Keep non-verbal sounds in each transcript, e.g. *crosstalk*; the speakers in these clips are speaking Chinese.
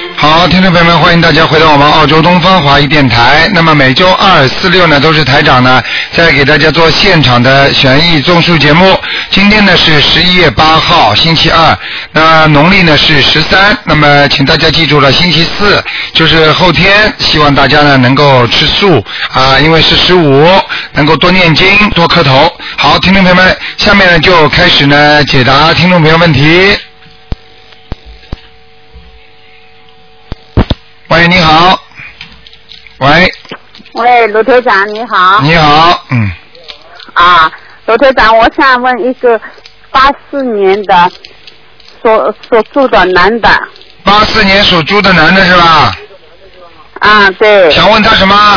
众朋友们，欢迎大家回到我们澳洲东方华语电台。那么每周二、四、六呢，都是台长呢在给大家做现场的悬疑综述节目。今天呢是十一月八号，星期二，那农历呢是十三。那么请大家记住了，星期四就是后天，希望大家呢能够吃素啊，因为是十五，能够多念经、多磕头。好，听众朋友们，下面呢就开始呢解答听众朋友问题。喂，你好。喂，喂，卢台长你好。你好，嗯，啊，卢台长，我想问一个八四年的所所住的男的八四年属猪的男的是吧？啊，对，想问他什么？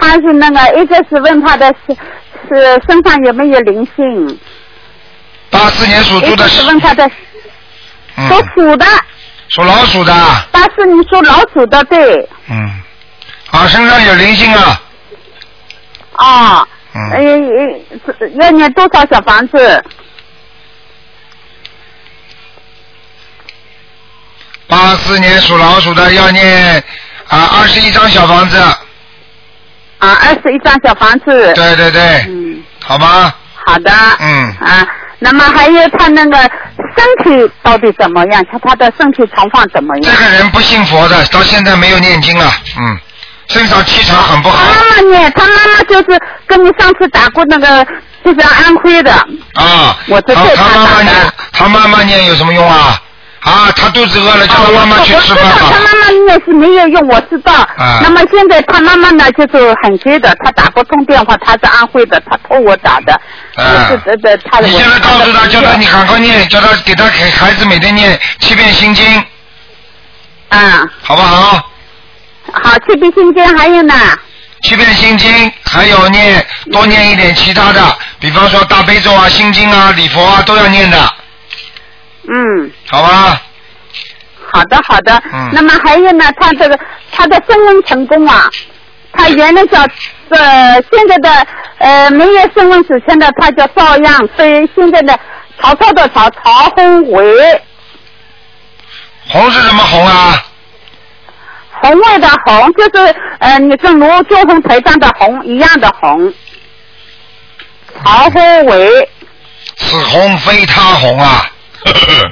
他是那个一个是问他的是是身上有没有灵性，八四年属一猪个的是问他的嗯属，鼠的，属老鼠的，八四年属老鼠的对，嗯，啊，身上有灵性啊，啊，嗯，哎哎，要念多少小房子？八四年属老鼠的要念啊二十一张小房子，啊，二十一张小房子。对对对，嗯。好吗？好的。嗯啊，那么还有他那个身体到底怎么样？他他的身体情况怎么这样？个人不信佛的，到现在没有念经啊，嗯，身上气场很不他好妈妈呢？他妈妈就是跟你上次打过那个，就是安徽的。啊，我这他最他怕妈妈他念的，他妈妈念有什么用啊？啊，他肚子饿了，叫啊他我妈妈去吃饭我知道他吧。妈妈念是没有用，我知道。啊那么现在他妈妈呢，就是很急的，他打过通电话，他是安徽的，他托我打的。啊我是呃的，他你现在告诉他，叫他你。赶快念，叫他给他给孩子每天念七遍心经，啊、好不好？好，去必心间还有呢。嗯七遍心经，还有念多念一点其他的，比方说大悲咒啊、心经啊、礼佛啊都要念的，嗯。好吧？好的，好的。嗯那么还有呢，他这个他的升温成功啊，他原来叫呃现在的呃没有升温之前的他叫照样飞，现在的曹操的曹曹宏伟，红是什么红啊？宏伟的宏就是呃你跟卢俊宏台上的宏一样的宏，曹宏伟此红非他红啊！ *laughs*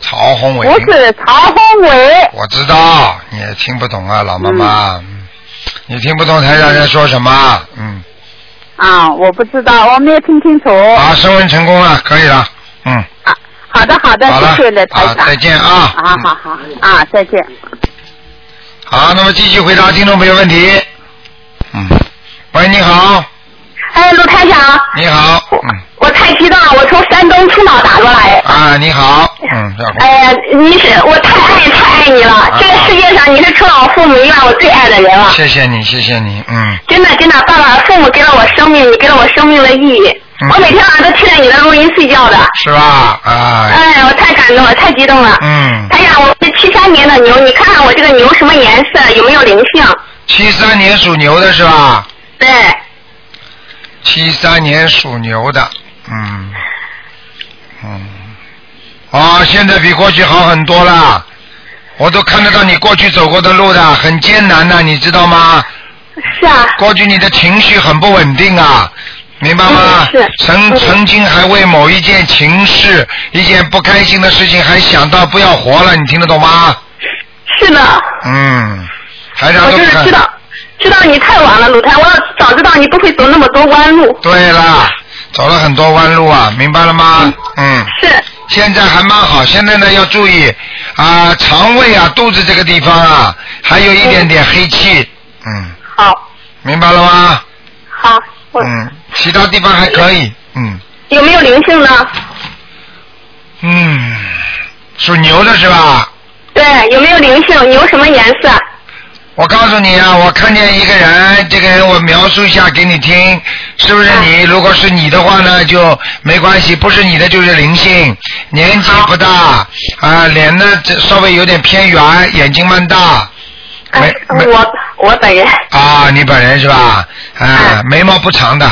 曹宏不伟。是曹宏伟，我知道，你也听不懂啊，老妈妈，嗯你听不懂台长在说什么，嗯，啊，我不知道，我没有听清楚。啊，升温成功了，可以了，嗯，啊，好的好的好，了谢谢了，台啊长。再见啊啊，嗯好好啊，再见。好，那么继续回答听众朋友问题，嗯，喂，你好，哎，卢台长，你好，嗯，我太激动了，我从山东青岛打过来。啊，你好，嗯，要哎呀，你是我太爱你太爱你了，啊这个世界上你是除了我父母以外我最爱的人了。谢谢你，谢谢你，嗯，真的真的，爸爸父母给了我生命，你给了我生命的意义。嗯我每天晚上都听着你的录音睡觉的。是吧？啊，哎，我太感动了，太激动了。嗯，台长，我是七三年的牛，你看看我这个牛什么颜色，有没有灵性？七三年属牛的是吧？对，七三年属牛的，嗯，嗯，啊，现在比过去好很多了，我都看得到你过去走过的路的，很艰难的，你知道吗？是啊。过去你的情绪很不稳定啊，明白吗？嗯是曾嗯曾经还为某一件情事、一件不开心的事情，还想到不要活了，你听得懂吗？是的。嗯，台长我都就是看知。道，知道你太晚了，鲁台，我要早知道你不会走那么多弯路。对啦，走了很多弯路啊，明白了吗？嗯。是，现在还蛮好，现在呢要注意啊，肠胃啊、肚子这个地方啊，还有一点点黑气，嗯，好，明白了吗？好，我、嗯，其他地方还可以，嗯哦有没有灵性呢？嗯，属牛的是吧？对，有没有灵性？牛什么颜色？我告诉你啊，我看见一个人，这个人我描述一下给你听，是不是啊你？如果是你的话呢，就没关系；不是你的就是灵性，年纪不大啊、脸呢这稍微有点偏圆，眼睛蛮大，没哎，没。我我本人啊， *laughs* 你本人是吧？啊，眉毛不长的，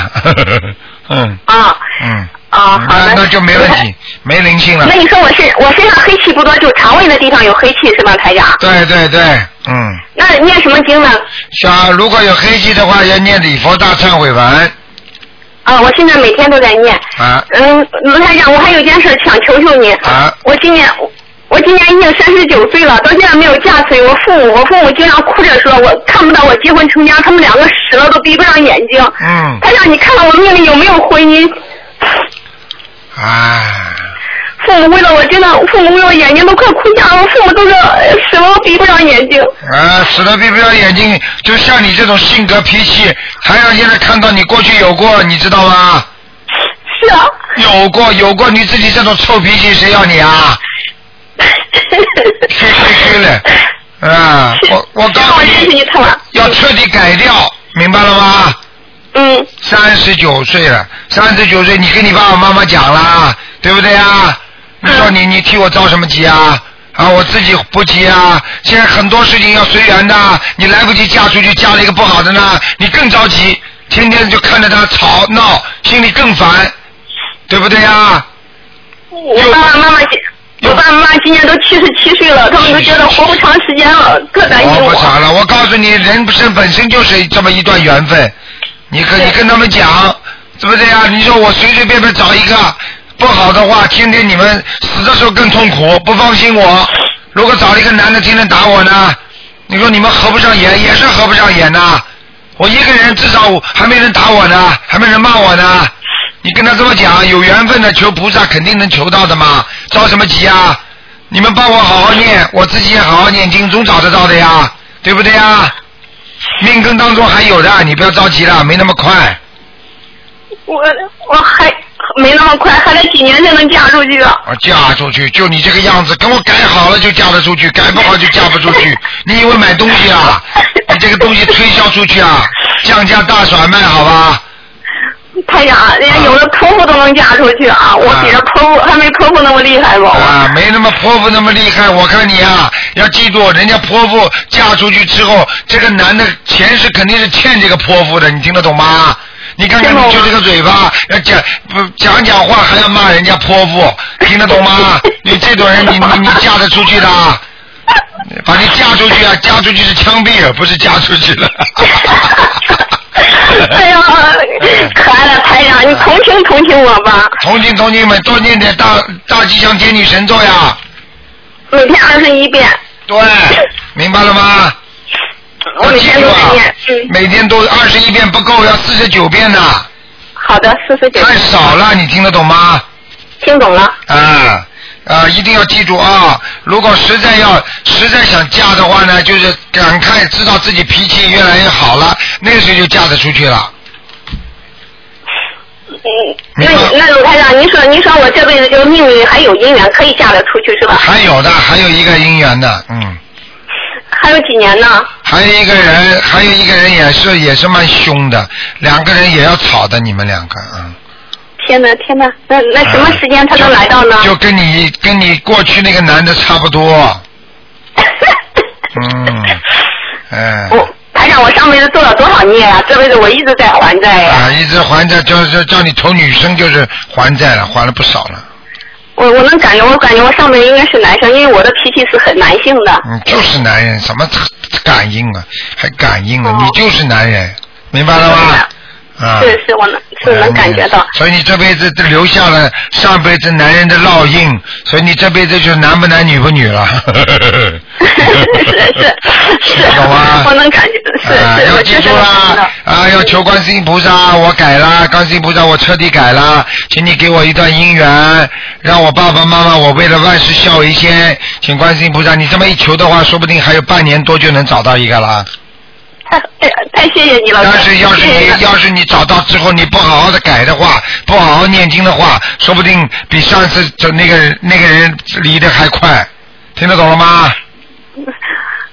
嗯啊嗯，啊，好那的。那就没问 *laughs* 题，没灵性了那。你说我是我身上黑气不多，就肠胃的地方有黑气是吧，台长？对对对，嗯，那念什么经呢？像如果有黑气的话，要念礼佛大忏悔文啊，我现在每天都在念。啊嗯，卢台长，我还有一件事想求求你。啊我今年我我今年已经三十九岁了，到现在没有嫁娶。我父母我父母经常哭着说，我看不到我结婚成家，他们两个死了都闭不上眼睛。嗯台长，你看看我命里有没有婚姻？啊，父母为了我真的，父母为了我眼睛都快哭瞎了，我父母都说呃死了都闭不上眼睛。啊，死了闭不了眼睛，就像你这种性格脾气，还让现在看到你过去有过，你知道吗？是啊。有过有过，你自己这种臭脾气，谁要你啊？嘿嘿嘿 *laughs* 嘞，啊，我我告让诉我认识你，你，台长。要彻底改掉，明白了吗？嗯，三十九岁了，三十九岁，你跟你爸爸妈妈讲啦，对不对啊？你说你你替我着什么急啊？啊，我自己不急啊。现在很多事情要随缘的，啊你来不及嫁出去，嫁了一个不好的呢，你更着急，天天就看着他吵闹，心里更烦，对不对啊？我爸爸妈妈今，我爸爸妈妈今年都七十七岁了，他们都觉得活不长时间了，特担心我不我。长了，我告诉你，人不是本身就是这么一段缘分。你跟对你跟他们讲，对不对呀？你说我随随便便找一个不好的话，天天你们死的时候更痛苦，不放心我。如果找了一个男的天天打我呢，你说你们合不上眼，也是合不上眼呐。我一个人至少还没人打我呢，还没人骂我呢。你跟他这么讲，有缘分的求菩萨肯定能求到的嘛，着什么急啊？你们帮我好好念，我自己也好好念经，总找得到的呀，对不对呀？命根当中还有的，你不要着急了，没那么快。我我还没那么快，还得几年才能嫁出去啊。我哦嫁出去，就你这个样子，跟我改好了就嫁得出去，改不好就嫁不出去。你以为买东西啊？你这个东西推销出去啊，降价大甩卖，好吧？太呀，人家有啊了泼妇都能嫁出 *laughs* 去啊！我比着泼妇还没泼妇那么厉害吧？啊，没那么泼妇那么厉害。我看你啊，要记住，人家泼妇嫁出去之后，这个男的前世肯定是欠这个泼妇的，你听得懂吗？你看看听你懂就这个嘴巴，要讲不讲讲话还要骂人家泼妇，听得懂吗？你这种人，你你你嫁得出去的啊？把你嫁出去啊！嫁出去是枪毙，不是嫁出去了。哎呀，嗯可爱的太呀，你同情同情我吧！同情同情们，多念点大大吉祥天女神咒呀。每天二十一遍，对，明白了吗？我每记天住都在啊念。嗯，每天都二十一遍不够，要四十九遍呢，好的，四十九，太少了，你听得懂吗？听懂了。啊啊，一定要记住啊！如果实在要实在想嫁的话呢，就是赶快知道自己脾气越来越好了，那个时候就嫁得出去了。嗯，明 *laughs* 那白你那鲁台长，您说您说我这辈子就命里还有姻缘可以嫁得出去是吧？还有的，还有一个姻缘的，嗯，还有几年呢？还有一个人，还有一个人也是也是蛮凶的，两个人也要吵的，你们两个，嗯。天呐天呐，那那什么时间他能就来到呢？啊就跟你跟你过去那个男的差不 *laughs* 多。嗯，哎，我台长，我上辈子做了多少孽啊？这辈子我一直在还债呀、啊，一直还债，叫叫叫你投女生就是还债了，还了不少了。我我能感觉，我感觉我上辈子应该是男生，因为我的脾气是很男性的。嗯，就是男人，什么感应啊，还感应啊哦，你就是男人，明白了吗？啊，是是，我能是能感觉到嗯。所以你这辈子留下了上辈子男人的烙印，所以你这辈子就是男不男女不女了。 *laughs* 是是 *laughs* 是嗯懂吗？，我能感觉，是啊，是，要我记确住实能感觉啦到。！啊，要求观世音菩萨，我改啦，观世音菩萨，我彻底改啦，请你给我一段姻缘，让我爸爸妈妈，我为了万事孝为先，请观世音菩萨，你这么一求的话，说不定还有半年多就能找到一个 *laughs* 啦。太太太哎谢谢你了，但是要是谢谢了你要是你找到之后你不好好的改的话，不好好念经的话，说不定比上次就那个那个人离得还快，听得懂了吗？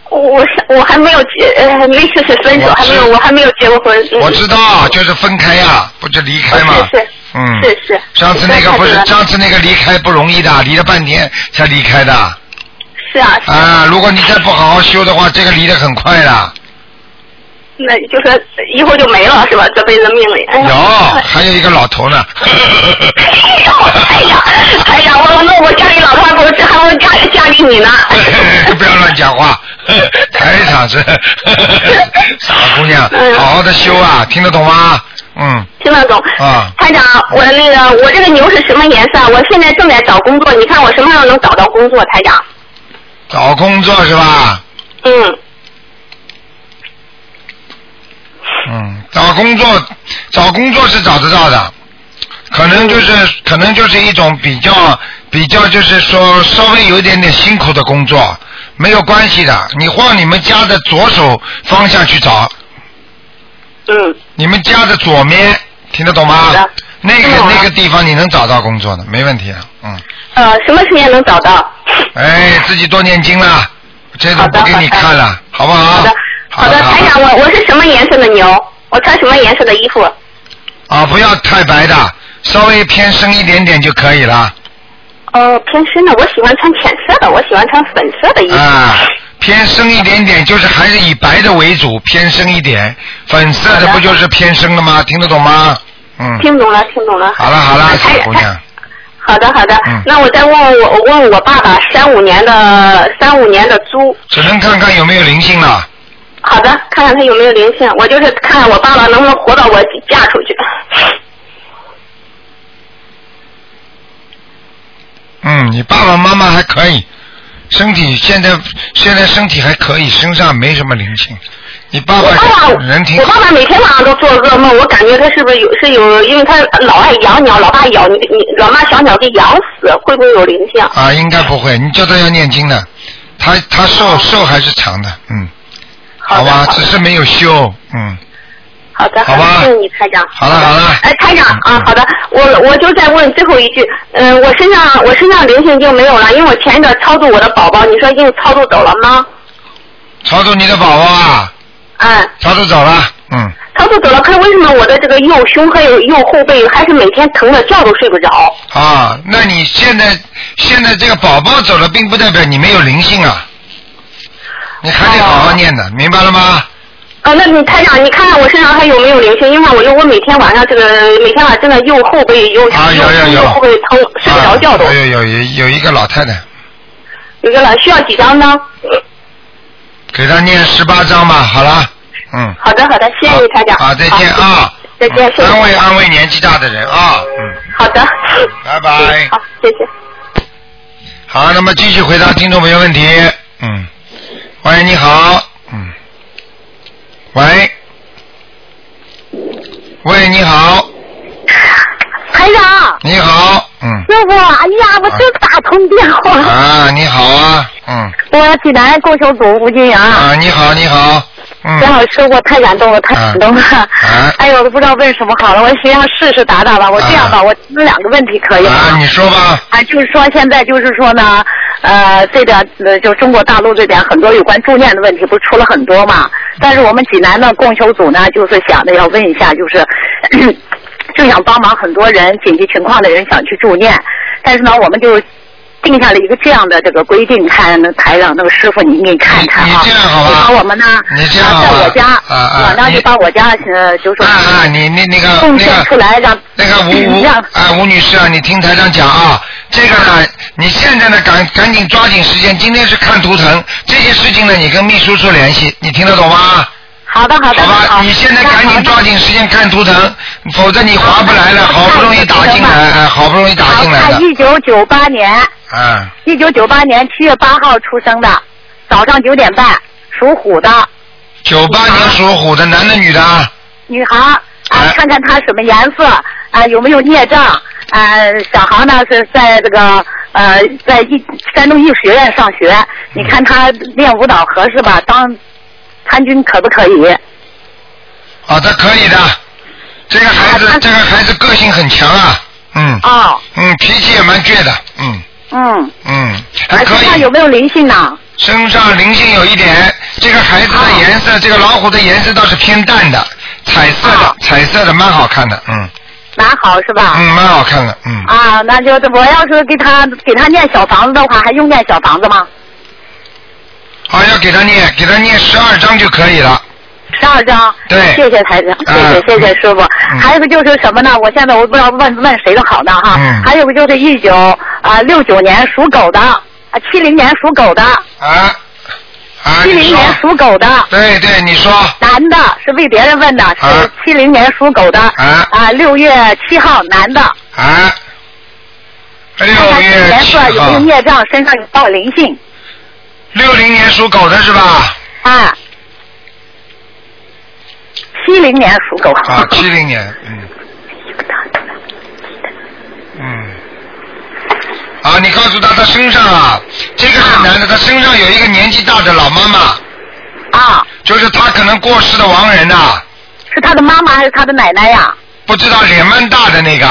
我我是我还没有结，呃，那次是分手，我知还没有，我还没有结过婚。 *laughs* 嗯、我知道，就是分开呀、不就离开嘛。是是嗯。是是上次那个不是你说太对了上次那个离开不容易的，离了半天才离开的是啊，是啊！如果你再不好好修的话，这个离得很快的。那就说以后就没了是吧？这辈子命里。哎呀有，还有一个老头呢。哎呀，哎呀，哎呀，我那我家里老太婆这还我家家里 *laughs* 你呢。不要乱讲 *laughs* 话，台长是傻姑娘，嗯好好的修啊，听得懂吗？嗯，听得懂。啊台长，我那个我这个牛是什么颜色啊？我现在正在找工作，你看我什么时候能找到工作，台长？找工作是吧？嗯，嗯，找工作，找工作是找得到的，可能就是可能就是一种比较比较就是说稍微有一点点辛苦的工作，没有关系的，你往你们家的左手方向去找，嗯，你们家的左面，听得懂吗好的？那听得懂个了那个地方你能找到工作的，没问题啊，嗯。呃，什么时间能找到？哎，自己多念经啦，这种好的不给你看了，好不好？好的，好的，台长，我我是什么颜色的牛？我穿什么颜色的衣服？啊，不要太白的，稍微偏深一点点就可以了。哦，偏深的，我喜欢穿浅色的，我喜欢穿粉色的衣服。啊，偏深一点点，就是还是以白的为主，偏深一点。粉色好的的不就是偏深了吗？听得懂吗？嗯，听哎懂了，听懂了。好了好了，小台姑娘，好的好的，嗯那我再问我我问我爸爸三五年的三五年的猪，只能看看有没有灵性了。好的，看看他有没有灵性，我就是看看我爸爸能不能活到我嫁出去。嗯，你爸爸妈妈还可以，身体现在现在身体还可以，身上没什么灵性。你爸我爸爸爸人挺我好爸。爸每天晚上都做噩梦，我感觉他是不是有是有，因为他老爱咬鸟，老爸咬你你老妈小鸟给咬死，会不会有灵性？啊，应该不会，你叫他要念经的，他他寿寿还是长的，嗯，好的吧，好只的是没有修，嗯，好的，好吧的，谢谢你，台长。好了好了哎，台长嗯啊，好的，我我就再问最后一句，嗯、我身上我身上灵性就没有了，因为我前一段超度我的宝宝，你说已经超度走了吗？超度你的宝宝啊，嗯，超度走了，嗯，超度走了，可是为什么我的这个右胸还有右后背还是每天疼的觉都睡不着？啊，那你现在现在这个宝宝走了，并不代表你没有灵性啊，你还得好好念的，明白了吗？啊，那你台长，你看看我身上还有没有灵性？因为我就我每天晚上这个每天晚上真的右后背右右啊，有有有右，后背疼，睡不着觉都啊。有有有有有一个老太太，有个了，需要几张呢？给她念十八章吧，好了，嗯，好的好的，谢谢你台长。好，再见好啊，再见嗯谢谢安慰安慰年纪大的人啊，嗯。好的。拜拜好，谢谢。好，那么继续回答听众朋友问题。嗯，喂，你好，嗯，喂，喂，你好，台长，你好，嗯，师傅，哎呀，我真打通电话。啊，你好啊，嗯，我济南供修组吴金阳，啊，你好，你好，正嗯，好师傅太感动了，太感动了啊。哎呦，我都不知道问什么好了，我寻思试试打打吧。我这样吧，啊我问两个问题可以吗？啊，你说吧，啊，就是说现在就是说呢，呃，这点呃，就中国大陆这边很多有关助念的问题，不是出了很多嘛？嗯但是我们济南的供修组呢，就是想着要问一下，就是。 *coughs* 就想帮忙很多人紧急情况的人想去助念，但是呢，我们就定下了一个这样的这个规定，看台长那个师傅您给看看你啊，你这样好吧你帮我们呢，你这样好吧在我家，啊啊我呢你就把我家呃就说啊啊，你你那个贡那献个出来，让那个吴吴让啊，吴女士啊，你听台长讲啊，这个呢，你现在呢赶赶紧抓紧时间，今天是看图腾，这些事情呢你跟秘书处联系，你听得懂吗？好的好的吧，你现在赶紧抓紧时间看图腾，否则你划不来了，好不容易打进来，哎，好不容易打进来他的，啊一九九八年，啊，一九九八年七月八号出生的，早上九点半，属虎的九八年属虎的，男的女的啊？女孩儿，啊哎，看看她什么颜色，啊，有没有孽障，啊，小孩呢是在这个呃，在艺山东艺术学院上学，嗯你看她练舞蹈合适吧？当参军可不可以？啊，他可以的，这个孩子，这个孩子个性很强啊，嗯哦，嗯，脾气也蛮倔的，嗯嗯，嗯，啊还可身上以有。没有灵性呢？身上灵性有一点，这个孩子哦的颜色，这个老虎的颜色倒是偏淡的，彩色的啊，彩色的蛮好看的，嗯蛮好是吧？嗯，蛮好看的，嗯，啊，那就我要是给他给他念小房子的话，还用念小房子吗？好，要给他念，给他念十二章就可以了，十二张。对谢谢台长，谢嗯谢谢谢师傅。嗯还有一个就是什么呢？我现在我不知道问问谁的好呢哈。嗯还有一个就是一九啊六九年属狗的，啊七零年属狗的，啊啊，七你零说年属狗的。对对，你说男的是为别人问的，啊是七零年属狗的，啊啊，六月七号男的，啊，六看看月颜七色有没有号，孽障，身上有没有灵性，六零年属狗的是吧？啊，七零年属狗， *laughs* 啊，七零年，嗯嗯。啊，你告诉他，他身上啊，这个是男的，他身上有一个年纪大的老妈妈，啊，就是他可能过世的亡人呐、是他的妈妈还是他的奶奶呀？不知道脸蛮大的那个，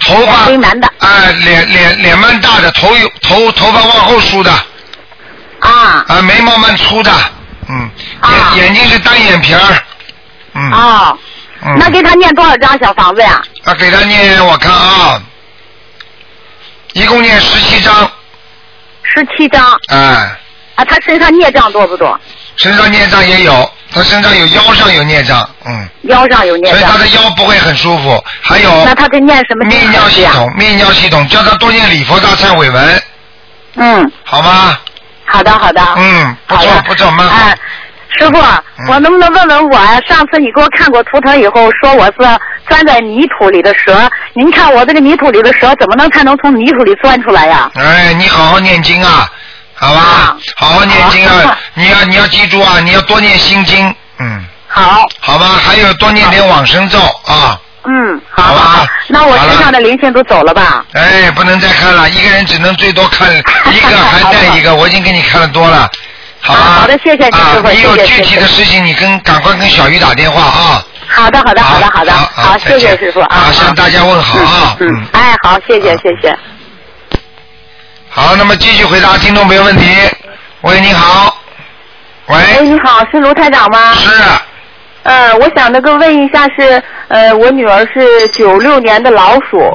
头发黑男的啊、脸脸脸蛮大的，头有头头发往后梳的，啊、啊眉毛蛮粗的，嗯，啊眼眼睛是单眼皮儿，嗯，哦，嗯那给他念多少张小房子呀？啊给他念，我看啊，一共念十七章，十七张哎、啊，他身上孽障多不多？身上孽障也有，他身上有腰上有孽障，嗯，腰上有孽所以他障，的腰不会很舒服，还有那他啊得念什么经泌尿才对系呀？统，泌尿系统叫他多念礼佛大忏悔文，嗯，好吗？好的好的。嗯，不好错呀不错，蛮好嗯哎。师傅，我能不能问问我啊？上次你给我看过图腾以后，说我是钻在泥土里的蛇，您看我这个泥土里的蛇怎么能才能从泥土里钻出来呀？哎，你好好念经啊，好吧？啊好好念经好啊！你要你要记住啊，你要多念心经，嗯，好，好吧？还有多念点往生咒啊！嗯，好，好吧好那我好了身上的灵性都走了吧？哎，不能再看了，一个人只能最多看 *laughs* 一个，还带一个。我已经给你看的多了，好吧？啊好的谢谢啊师傅你有谢谢具体的谢事情，你跟赶快跟小鱼打电话啊！好的，好的，好的，好的，好好好，谢再谢见师傅啊向大家问好啊嗯，嗯嗯哎，好，谢谢啊，谢谢。好，那么继续回答听众朋友问题。喂，你好。哎，喂，你好，是卢台长吗？是啊呃，我想那个问一下是，呃，我女儿是九六年的老鼠，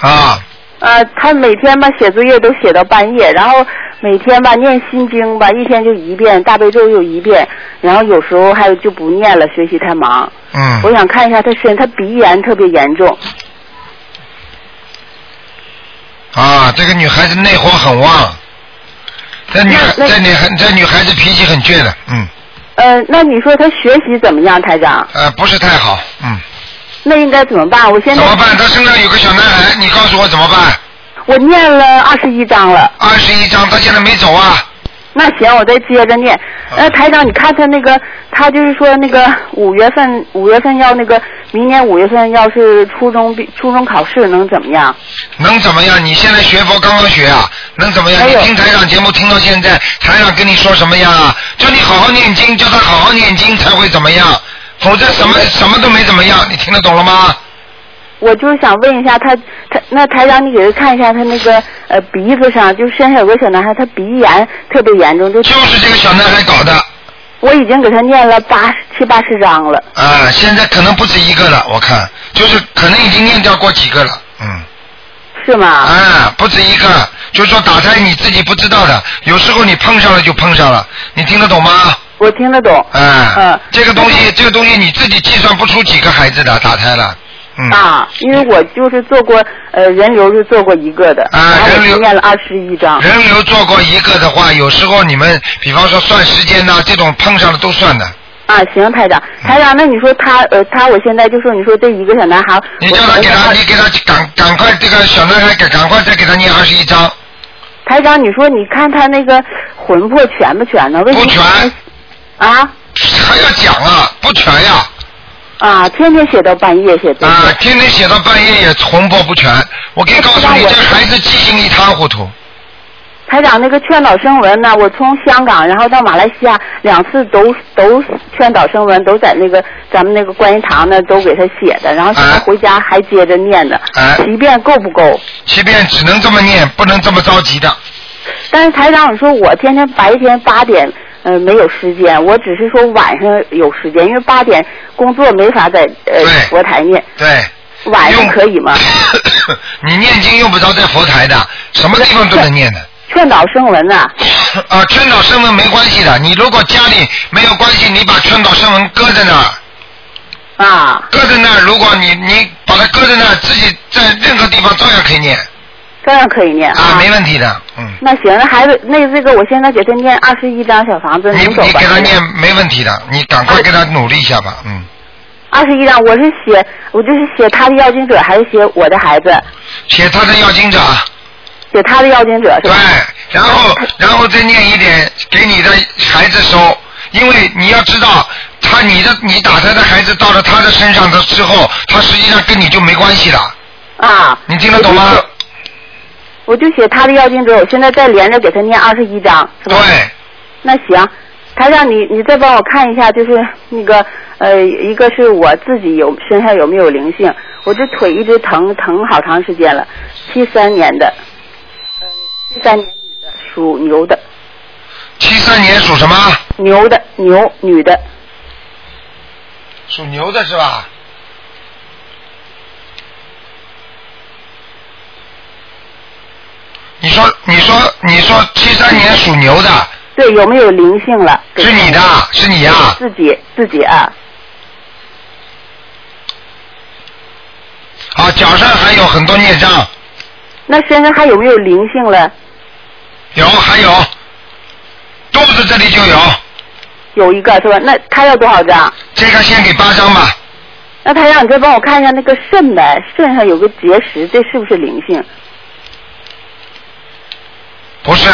啊。呃，她每天吧写作业都写到半夜，然后每天吧念心经吧，一天就一遍，大悲咒又一遍，然后有时候还有就不念了，学习太忙。嗯。我想看一下她身，她鼻炎特别严重，啊，这个女孩子内火很旺，这女孩那那这女孩这女孩子脾气很倔的，嗯，呃，那你说她学习怎么样，台长？呃，不是太好，嗯，那应该怎么办？我现怎在么办？她身上有个小男孩，你告诉我怎么办？我念了二十一章了。二十一章，她现在没走啊，那行，我再接着念。啊呃，台长，你看他那个，他就是说那个五月份，五月份要那个，明年五月份要是初中毕初中考试能怎么样？能怎么样？你现在学佛刚刚学啊，能怎么样？哎你呦听台长节目听到现在，台长跟你说什么样啊？叫你好好念经，叫他好好念经才会怎么样，否则什么什么都没怎么样，你听得懂了吗？我就是想问一下他，他那台长，你给他看一下他那个呃鼻子上，就身上有个小男孩，他鼻炎特别严重，就就是这个小男孩搞的，啊、我已经给他念了八十七八十章了。啊现在可能不止一个了，我看就是可能已经念掉过几个了，嗯。是吗？啊，不止一个，就是说打胎你自己不知道的，有时候你碰上了就碰上了，你听得懂吗？我听得懂。啊，嗯这个东西，这个东西你自己计算不出几个孩子的打胎了，嗯，啊，因为我就是做过呃人流是做过一个的，啊然后人我流就念了二十一章。人流做过一个的话，有时候你们比方说算时间呐、这种碰上了都算的，啊，行，台长，嗯台长，那你说他呃，他我现在就说你说这一个小男孩，你我叫他我给他，想你给他赶赶快这个小男孩赶赶快再给他念二十一章，台长，你说你看他那个魂魄全不全呢？为什么不全啊还要讲啊，不全呀、啊，天天写到半夜写作业啊，天天写到半夜也魂魄不全，我可以告诉你，哎那我这孩子记性一塌糊涂。台长，那个劝导声文呢，我从香港然后到马来西亚两次都都劝导声文都在那个咱们那个观音堂那都给他写的，然后现在啊回家还接着念呢，啊一遍够不够？即便只能这么念，不能这么着急的。但是台长，你说我天天白天八点，呃，没有时间，我只是说晚上有时间，因为八点工作没法在呃对佛台念，对，晚上用可以吗？你念经用不着在佛台的，什么地方都能念的。劝导声文呐、 *laughs* 啊，劝导声文没关系的。你如果家里没有关系，你把劝导声文搁在那儿。啊。搁在那儿，如果你你把它搁在那儿，自己在任何地方照样可以念照样可以念啊，没问题的。嗯，那行，那孩子，那这个我现在给他念二十一张小房子，你能走你吧啊给？他念没问题的，你赶快给他努力一下吧。嗯，二十一张，我是写，我就是写他的要经者，还是写我的孩子？写他的要经者。写他的要经者是吧？然后然后再念一点给你的孩子收，因为你要知道，他你的你打胎的孩子到了他的身上的之后，他实际上跟你就没关系了。啊。你听得懂吗？我就写他的要经者，我现在再连着给他念二十一张，是吧？对。那行，他让你你再帮我看一下，就是那个呃，一个是我自己有身上有没有灵性，我这腿一直疼疼好长时间了，七三年的，呃，七三年女的，属牛的。七三年属什么？牛的牛女的，属牛的是吧？你说，你说，你说，七三年属牛的对，有没有灵性了？是你的，是你呀、自己自己啊，啊，脚上还有很多孽障，那身上还有没有灵性了？有还有，肚子这里就有。有一个是吧？那他要多少张？这个先给八张吧。那他让你再帮我看一下那个肾呗，肾上有个结石，这是不是灵性？不是，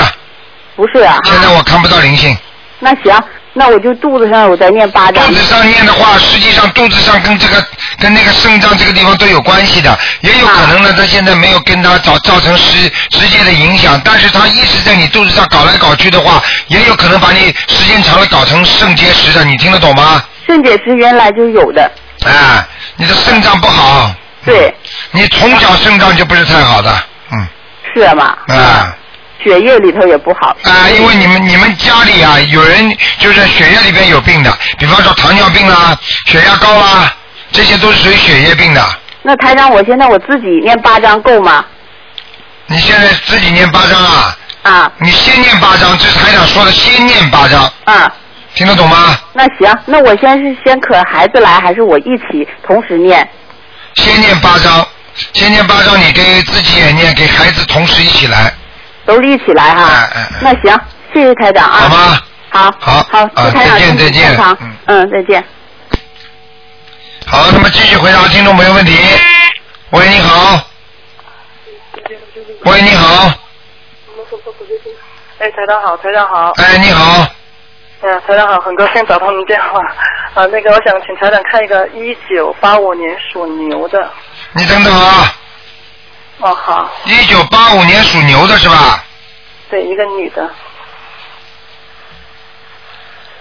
不是啊。现在我看不到灵性。那行，那我就肚子上我再念八张肚。子上念的话，实际上肚子上跟这个跟那个肾脏这个地方都有关系的，也有可啊能呢，他现在没有跟他造造成实直接的影响，但是他一直在你肚子上搞来搞去的话，也有可能把你时间长了搞成肾结石的，你听得懂吗？肾结石原来就有的，哎，你的肾脏不好，嗯对，你从小肾脏就不是太好的，嗯，是吗？啊。血液里头也不好。啊，因为你们你们家里啊，有人就是血液里边有病的，比方说糖尿病啦、血压高啦，这些都是属于血液病的。那台长，我现在我自己念八张够吗？你现在自己念八章啊？啊。你先念八章，这是台长说的，先念八章，啊，听得懂吗？那行，那我先是先可孩子来，还是我一起同时念？先念八章，先念八章，你给自己也念，给孩子同时一起来，都是一起来哈。哎哎那行，谢谢台长啊。好吗？好。好好，啊祝台再长见身体再见健康嗯，再见。好，那么继续回答听众朋友问题。喂，你好。喂，你好。哎，台长好，台长好。哎，你好。嗯，台长好，很高兴打通您电话。啊，那个我想请台长看一个一九八五年属牛的。你等等啊，哦，好，一九八五年属牛的是吧？对，一个女的。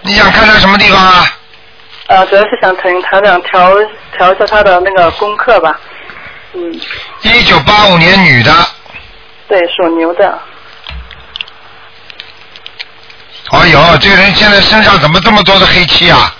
你想看在什么地方啊？呃，主要是想请台长调调一下她的那个功课吧。嗯，一九八五年女的，对，属牛的。哎呦，这个人现在身上怎么这么多的黑气啊？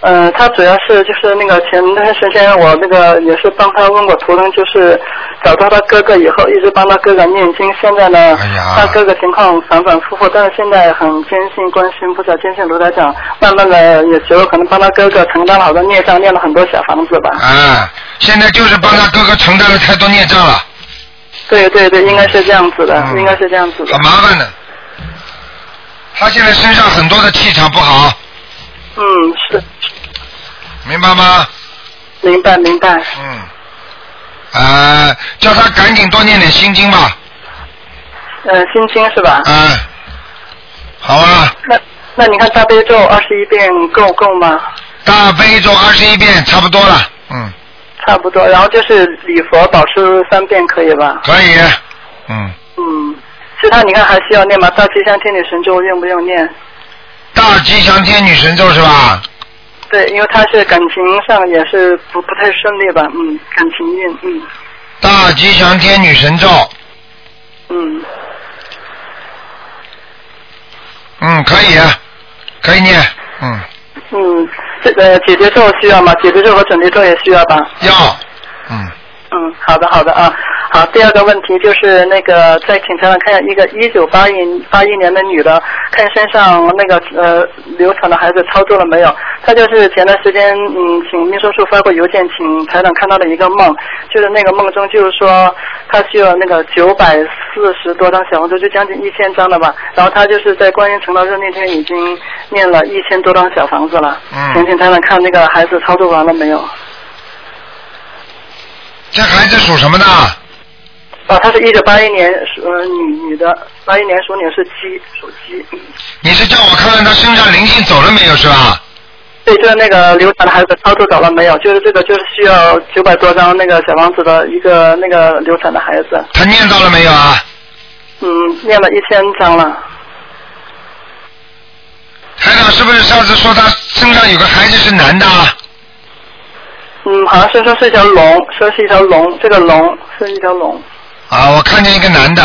呃，她主要是就是那个前段时间我那个也是帮她问过图腾，就是找到她哥哥以后，一直帮她哥哥念经。现在呢，哎她哥哥情况反反复复，但是现在很坚信观世音菩萨，坚信卢台长，慢慢的也觉得可能帮她哥哥承担了好多孽障，念了很多小房子吧。啊，现在就是帮他哥哥承担了太多孽障了，对对对，应该是这样子的，应该是这样子的很。麻烦的。他现在身上很多的气场不好，嗯，是，明白吗？明白明白。嗯。啊，叫他赶紧多念点心经吧。嗯、心经是吧？嗯、好啊，那那你看大悲咒二十一遍够够吗？大悲咒二十一遍差不多了。嗯，差不多，然后就是礼佛保持三遍可以吧？可以。嗯，其他你看还需要念吗？大吉祥天女神咒用不用念？大吉祥天女神咒是吧？对，因为他是感情上也是不不太顺利吧，嗯，感情运，嗯大吉祥天女神咒，嗯，嗯，可以，可以念，嗯，嗯，这个姐姐咒需要吗？姐姐咒和准提咒也需要吧？要，嗯，好的好的啊，好，第二个问题就是那个再请台长看一个一九八一八一年的女的，看身上那个呃流产的孩子操作了没有？她就是前段时间嗯，请秘书处发过邮件，请台长看她的一个梦，就是那个梦中就是说她需要那个九百四十多张小红书，就将近一千张了吧。然后她就是在观音成道日那天已经念了一千多张小房子了。嗯请请台长看那个孩子操作完了没有？这孩子属什么的？啊，她是一九八一年属呃女女的，八一年属女是鸡，属鸡。你是叫我看看他身上灵性走了没有是吧？对，就是那个流产的孩子操作走了没有？就是这个，就是需要九百多张那个小房子的一个那个流产的孩子，他念到了没有啊？嗯，念了一千张了。台长是不是上次说他身上有个孩子是男的啊？嗯，好像是说是一条龙，说是一条龙，这个龙是一条龙。啊，我看见一个男的，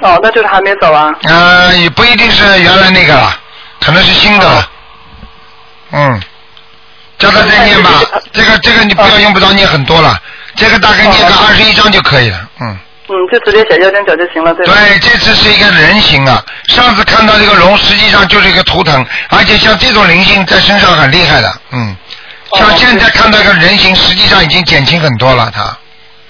哦，那就是还没走啊。呃，也不一定是原来那个了，可能是新的了。嗯，叫他再念吧，这个这个你不要用不着念很多了，这个大概念个二十一章就可以了。嗯，嗯，就直接写幺零九就行了，对吧？对，这次是一个人形啊，上次看到这个龙实际上就是一个图腾，而且像这种灵性在身上很厉害的，嗯，哦像现在看到一个人形，实际上已经减轻很多了，他。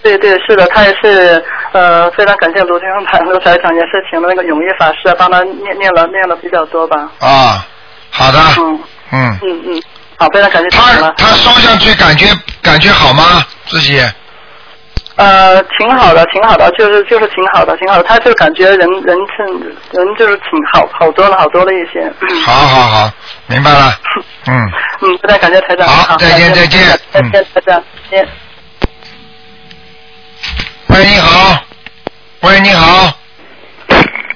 对对，是的，他也是，呃，非常感谢卢先生台卢台长，也是请了那个永业法师啊帮他念念了念了比较多吧。啊，好的，嗯嗯，嗯嗯，好，非常感谢台长了。他烧上去感觉感觉好吗？自己呃，挺好的，挺好的，就是就是挺好的，挺好的。他就感觉人人是人就是挺好，好多了，好多了一些。好好好，明白了，嗯。嗯，非常感谢台长。好再见再再见嗯再见，台长，再见。喂，你好，喂，你好，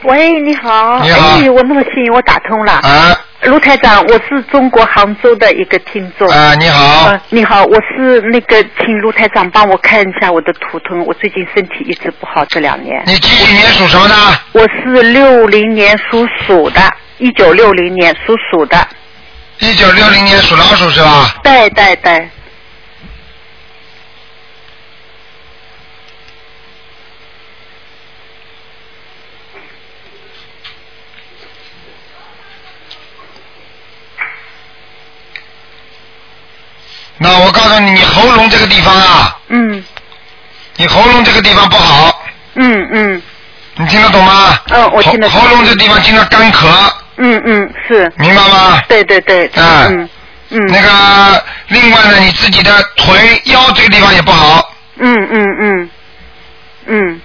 喂，你好。你好哎，我那么幸运，我打通了。啊。卢台长，我是中国杭州的一个听众。啊，你好。呃、你好，我是那个，请卢台长帮我看一下我的图腾，我最近身体一直不好，这两年。你几几年属什么的？我是六零年属鼠的，一九六零年属鼠的。一九六零年属老鼠是吧？对对对，那我告诉你，你喉咙这个地方啊，嗯你喉咙这个地方不好，嗯嗯你听得懂吗？嗯，我听得喉咙这地方经常干咳，嗯嗯是。明白吗？对对对。啊嗯嗯。那个，另外呢，你自己的腿、腰这个地方也不好，嗯嗯嗯嗯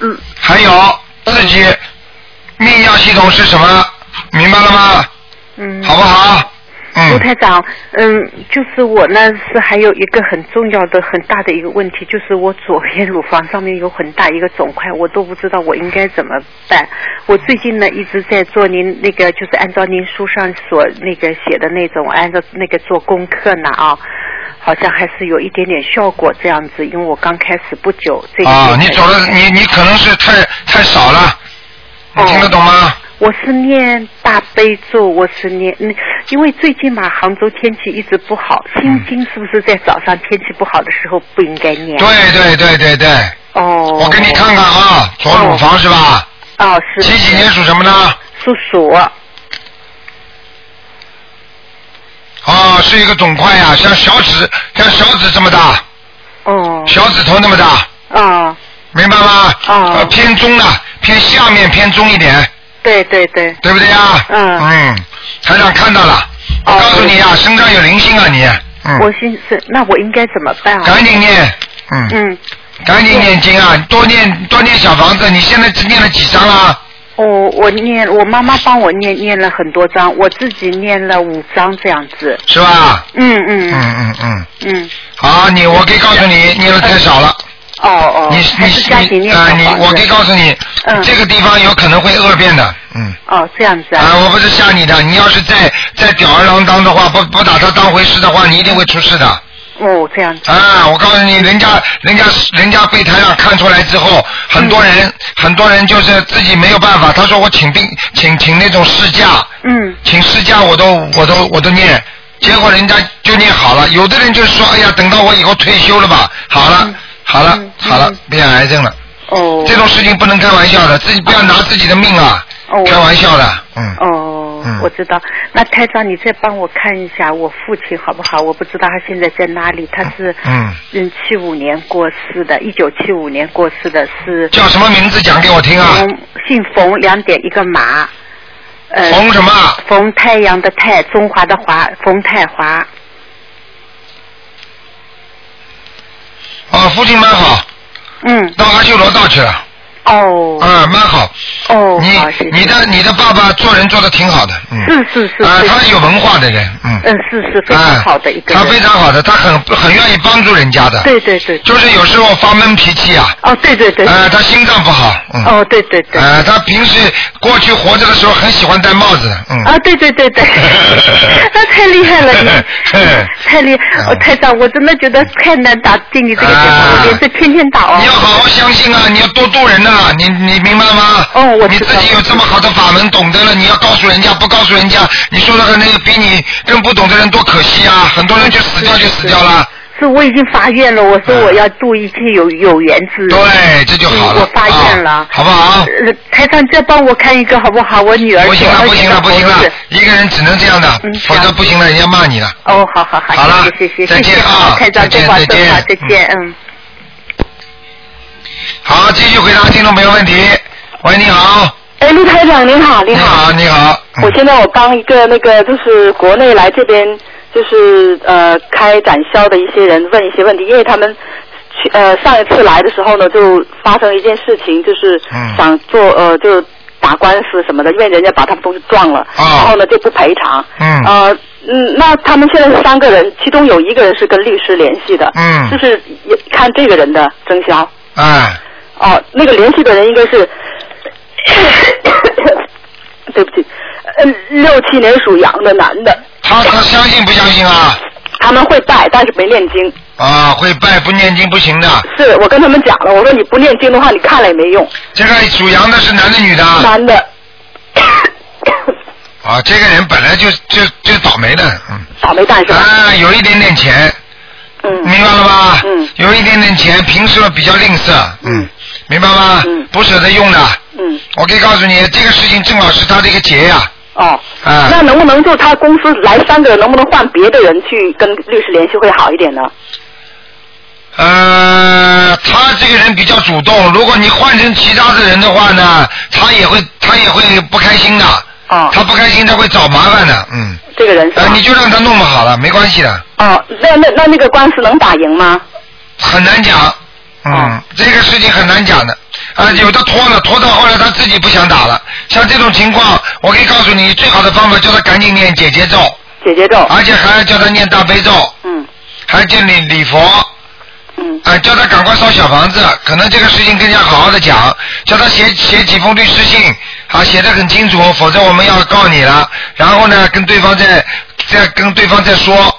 嗯还有自己泌尿系统是什么，明白了吗？嗯，好不好？卢嗯，台长，嗯，就是我呢是还有一个很重要的、很大的一个问题，就是我左边乳房上面有很大一个肿块，我都不知道我应该怎么办。我最近呢一直在做您那个，就是按照您书上所那个写的那种，按照那个做功课呢啊，好像还是有一点点效果这样子，因为我刚开始不久，这个啊月，你才走了，你你可能是太太少了，你听得懂吗？哦我是念大悲咒，我是念，嗯因为最近嘛，杭州天气一直不好，嗯心经是不是在早上天气不好的时候不应该念？对对对对对，哦。我给你看看啊，左乳房是吧？哦，是。几几年属什么呢？属鼠。啊，是一个肿块呀、像小指，像小指这么大，哦。小指头那么大，啊、明白吗？哦呃，偏中了，偏下面偏中一点，对对对。对不对呀、嗯哦嗯，台长看到了，我告诉你呀、身上有灵性啊你，我嗯，心是，那我应该怎么办啊？赶紧念，嗯，嗯，赶紧念经啊，多念多念小房子，你现在只念了几张啊了？我哦我念，我妈妈帮我念念了很多章，我自己念了五章这样子。是吧？嗯嗯嗯嗯嗯，嗯，好，你我可以告诉你，念的太少了。哦哦。你还你是家庭你念啊、小你房我子可以告诉你，嗯这个地方有可能会恶变的，嗯。哦，这样子啊、啊。我不是吓你的，你要是在在吊儿郎当的话，不不把他当回事的话，你一定会出事的。哦，这样子。啊，我告诉你，人家人家人家被台上看出来之后，很多人、嗯很多人就是自己没有办法，他说我请病请请那种试驾，嗯请试驾我都我都我都念，结果人家就念好了。有的人就是说，哎呀，等到我以后退休了吧，好了，好了，好了，变癌症了。嗯哦。这种事情不能开玩笑的，自己不要拿自己的命啊，哦，开玩笑的。嗯。哦，我知道。那台长，你再帮我看一下我父亲好不好？我不知道他现在在哪里。他是嗯，嗯七五年过世的，一九七五年过世的是。叫什么名字讲给我听啊？姓冯，两点一个马。呃、冯什么？冯太阳的太，中华的华，冯太华。啊，父亲蛮好。嗯。到阿修罗道去了。哦。啊，蛮好。哦。你你的你的爸爸做人做的挺好的，嗯。是是是。啊，他有文化的人，嗯。嗯，是是非常好的一个人。啊他非常好的，他很很愿意帮助人家的。对对对。就是有时候发闷脾气啊。哦，对对对。呃，他心脏不好。嗯。哦，对对对。呃，他平时过去活着的时候很喜欢戴帽子的， *laughs* 嗯。啊啊，对对 *laughs* 对对，那太厉害了，你太厉害！哦我台长，我真的觉得太难打进你这个节啊目里面，这天天打哦。好好相信啊！你要多度人呐、你你明白吗？哦，我你自己有这么好的法门，懂得了，你要告诉人家，不告诉人家，你说的和那个比你更不懂的人多可惜啊！很多人就死掉就死掉了。是我已经发愿了，我说我要度一切有有缘之人。啊嗯对，这就好了。啊我发愿了，好不好？呃台长，再帮我看一个好不好？我女儿不行了，不行了，不行了，一个人只能这样的，否则不行了，人家骂你了。嗯哦，好好好，好了谢谢谢谢，再见啊谢谢台长，再见多保再重见啊，再见，嗯。好，继续回答听众朋友问题。喂，你好。哎，陆台长您好，您好，你好。我现在我帮一个那个就是国内来这边就是呃开展销的一些人问一些问题，因为他们去呃上一次来的时候呢，就发生一件事情，就是嗯想做呃就打官司什么的，因为人家把他们东西撞了，然后呢就不赔偿。嗯呃嗯，那他们现在是三个人，其中有一个人是跟律师联系的，嗯就是也看这个人的征销。哎，哦、那个联系的人应该是，对不起，嗯，六七年属羊的男的。他他相信不相信啊？他们会拜，但是没念经。啊，会拜不念经不行的。是我跟他们讲了，我说你不念经的话，你看了也没用。这个属羊的是男的女的？男的。啊，这个人本来就就就倒霉的，嗯。倒霉蛋是吧？啊，有一点点钱。嗯。明白了吧？嗯。有一点点钱，平时比较吝啬，嗯，明白吗？嗯。不舍得用的。嗯。我可以告诉你，这个事情正好是他这个劫呀、哦。啊。那能不能就他公司来三个人，能不能换别的人去跟律师联系会好一点呢？呃，他这个人比较主动，如果你换成其他的人的话呢，他也会他也会不开心的。哦。他不开心，他会找麻烦的，嗯。这个人是吧？呃，你就让他弄不好了，没关系的，哦，那那那那个官司能打赢吗？很难讲。嗯，这个事情很难讲的。啊，有的拖了，拖到后来他自己不想打了。像这种情况，我可以告诉你，最好的方法叫他赶紧念姐姐咒。姐姐咒。而且还要叫他念大悲咒。嗯。还叫你礼佛。嗯。啊，叫他赶快烧小房子，可能这个事情跟人家好好的讲，叫他写写几封律师信，啊，写的很清楚，否则我们要告你了。然后呢，跟对方再再跟对方再说，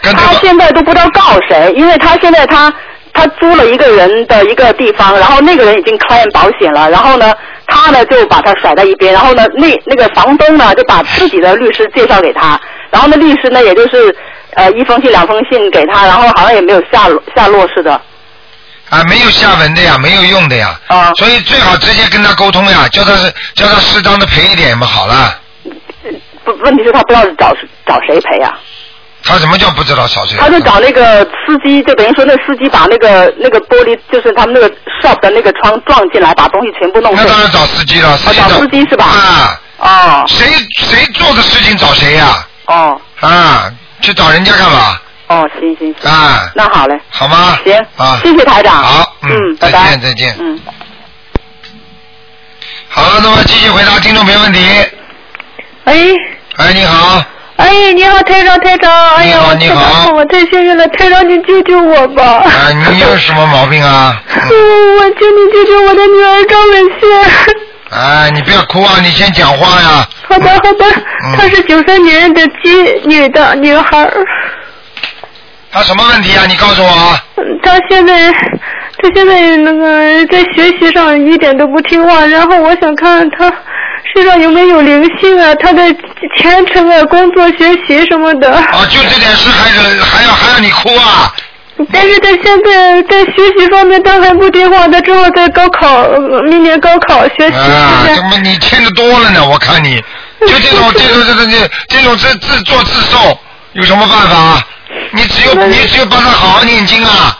跟对他方。现在都不知道告谁，因为他现在他他租了一个人的一个地方，然后那个人已经 claim 保险了，然后呢，他呢就把他甩在一边，然后呢，那那个房东呢就把自己的律师介绍给他，然后那律师呢也就是呃一封信两封信给他，然后好像也没有下落下落似的。啊，没有下文的呀，没有用的呀。嗯啊。所以最好直接跟他沟通呀，叫他是叫他适当的赔一点嘛，好了。不，问题是他不知道找找谁赔啊，他什么叫不知道少谁？啊他就找那个司机，就等于说那司机把那个那个玻璃，就是他们那个 shop 的那个窗撞进来，把东西全部弄碎。那当然找司机了，司机啊找找司机是吧？啊。哦。谁谁做的事情找谁呀？哦。啊，去找人家干嘛？哦，行行行。啊。那好嘞。好吗？行。啊。谢谢台长。好，嗯，再见，再见。嗯。好了，那么继续回答听众朋友 *laughs* 问题。哎，哎，你好，哎，你好，台长，台长，哎呀，我你太好棒了我太幸运了，台长，你救救我吧！啊，你有什么毛病啊？嗯我求你救救我的女儿张文茜。哎，你不要哭啊，你先讲话呀。好的，好的，嗯她是九三年的鸡，女的女孩儿，他什么问题啊？你告诉我啊。嗯她现在她现在那个在学习上一点都不听话，然后我想看看她身上有没有灵性啊？他的前程啊，工作、学习什么的。啊，就这点事还是还要还要你哭啊？但是他现在在学习方面，他还不听话，他之后在高考，呃明年高考学习啊，现在怎么你欠的多了呢？我看 *laughs* 你就这种这种这种这这种自自作自受，有什么办法？啊你只有你只有帮他好好念经啊！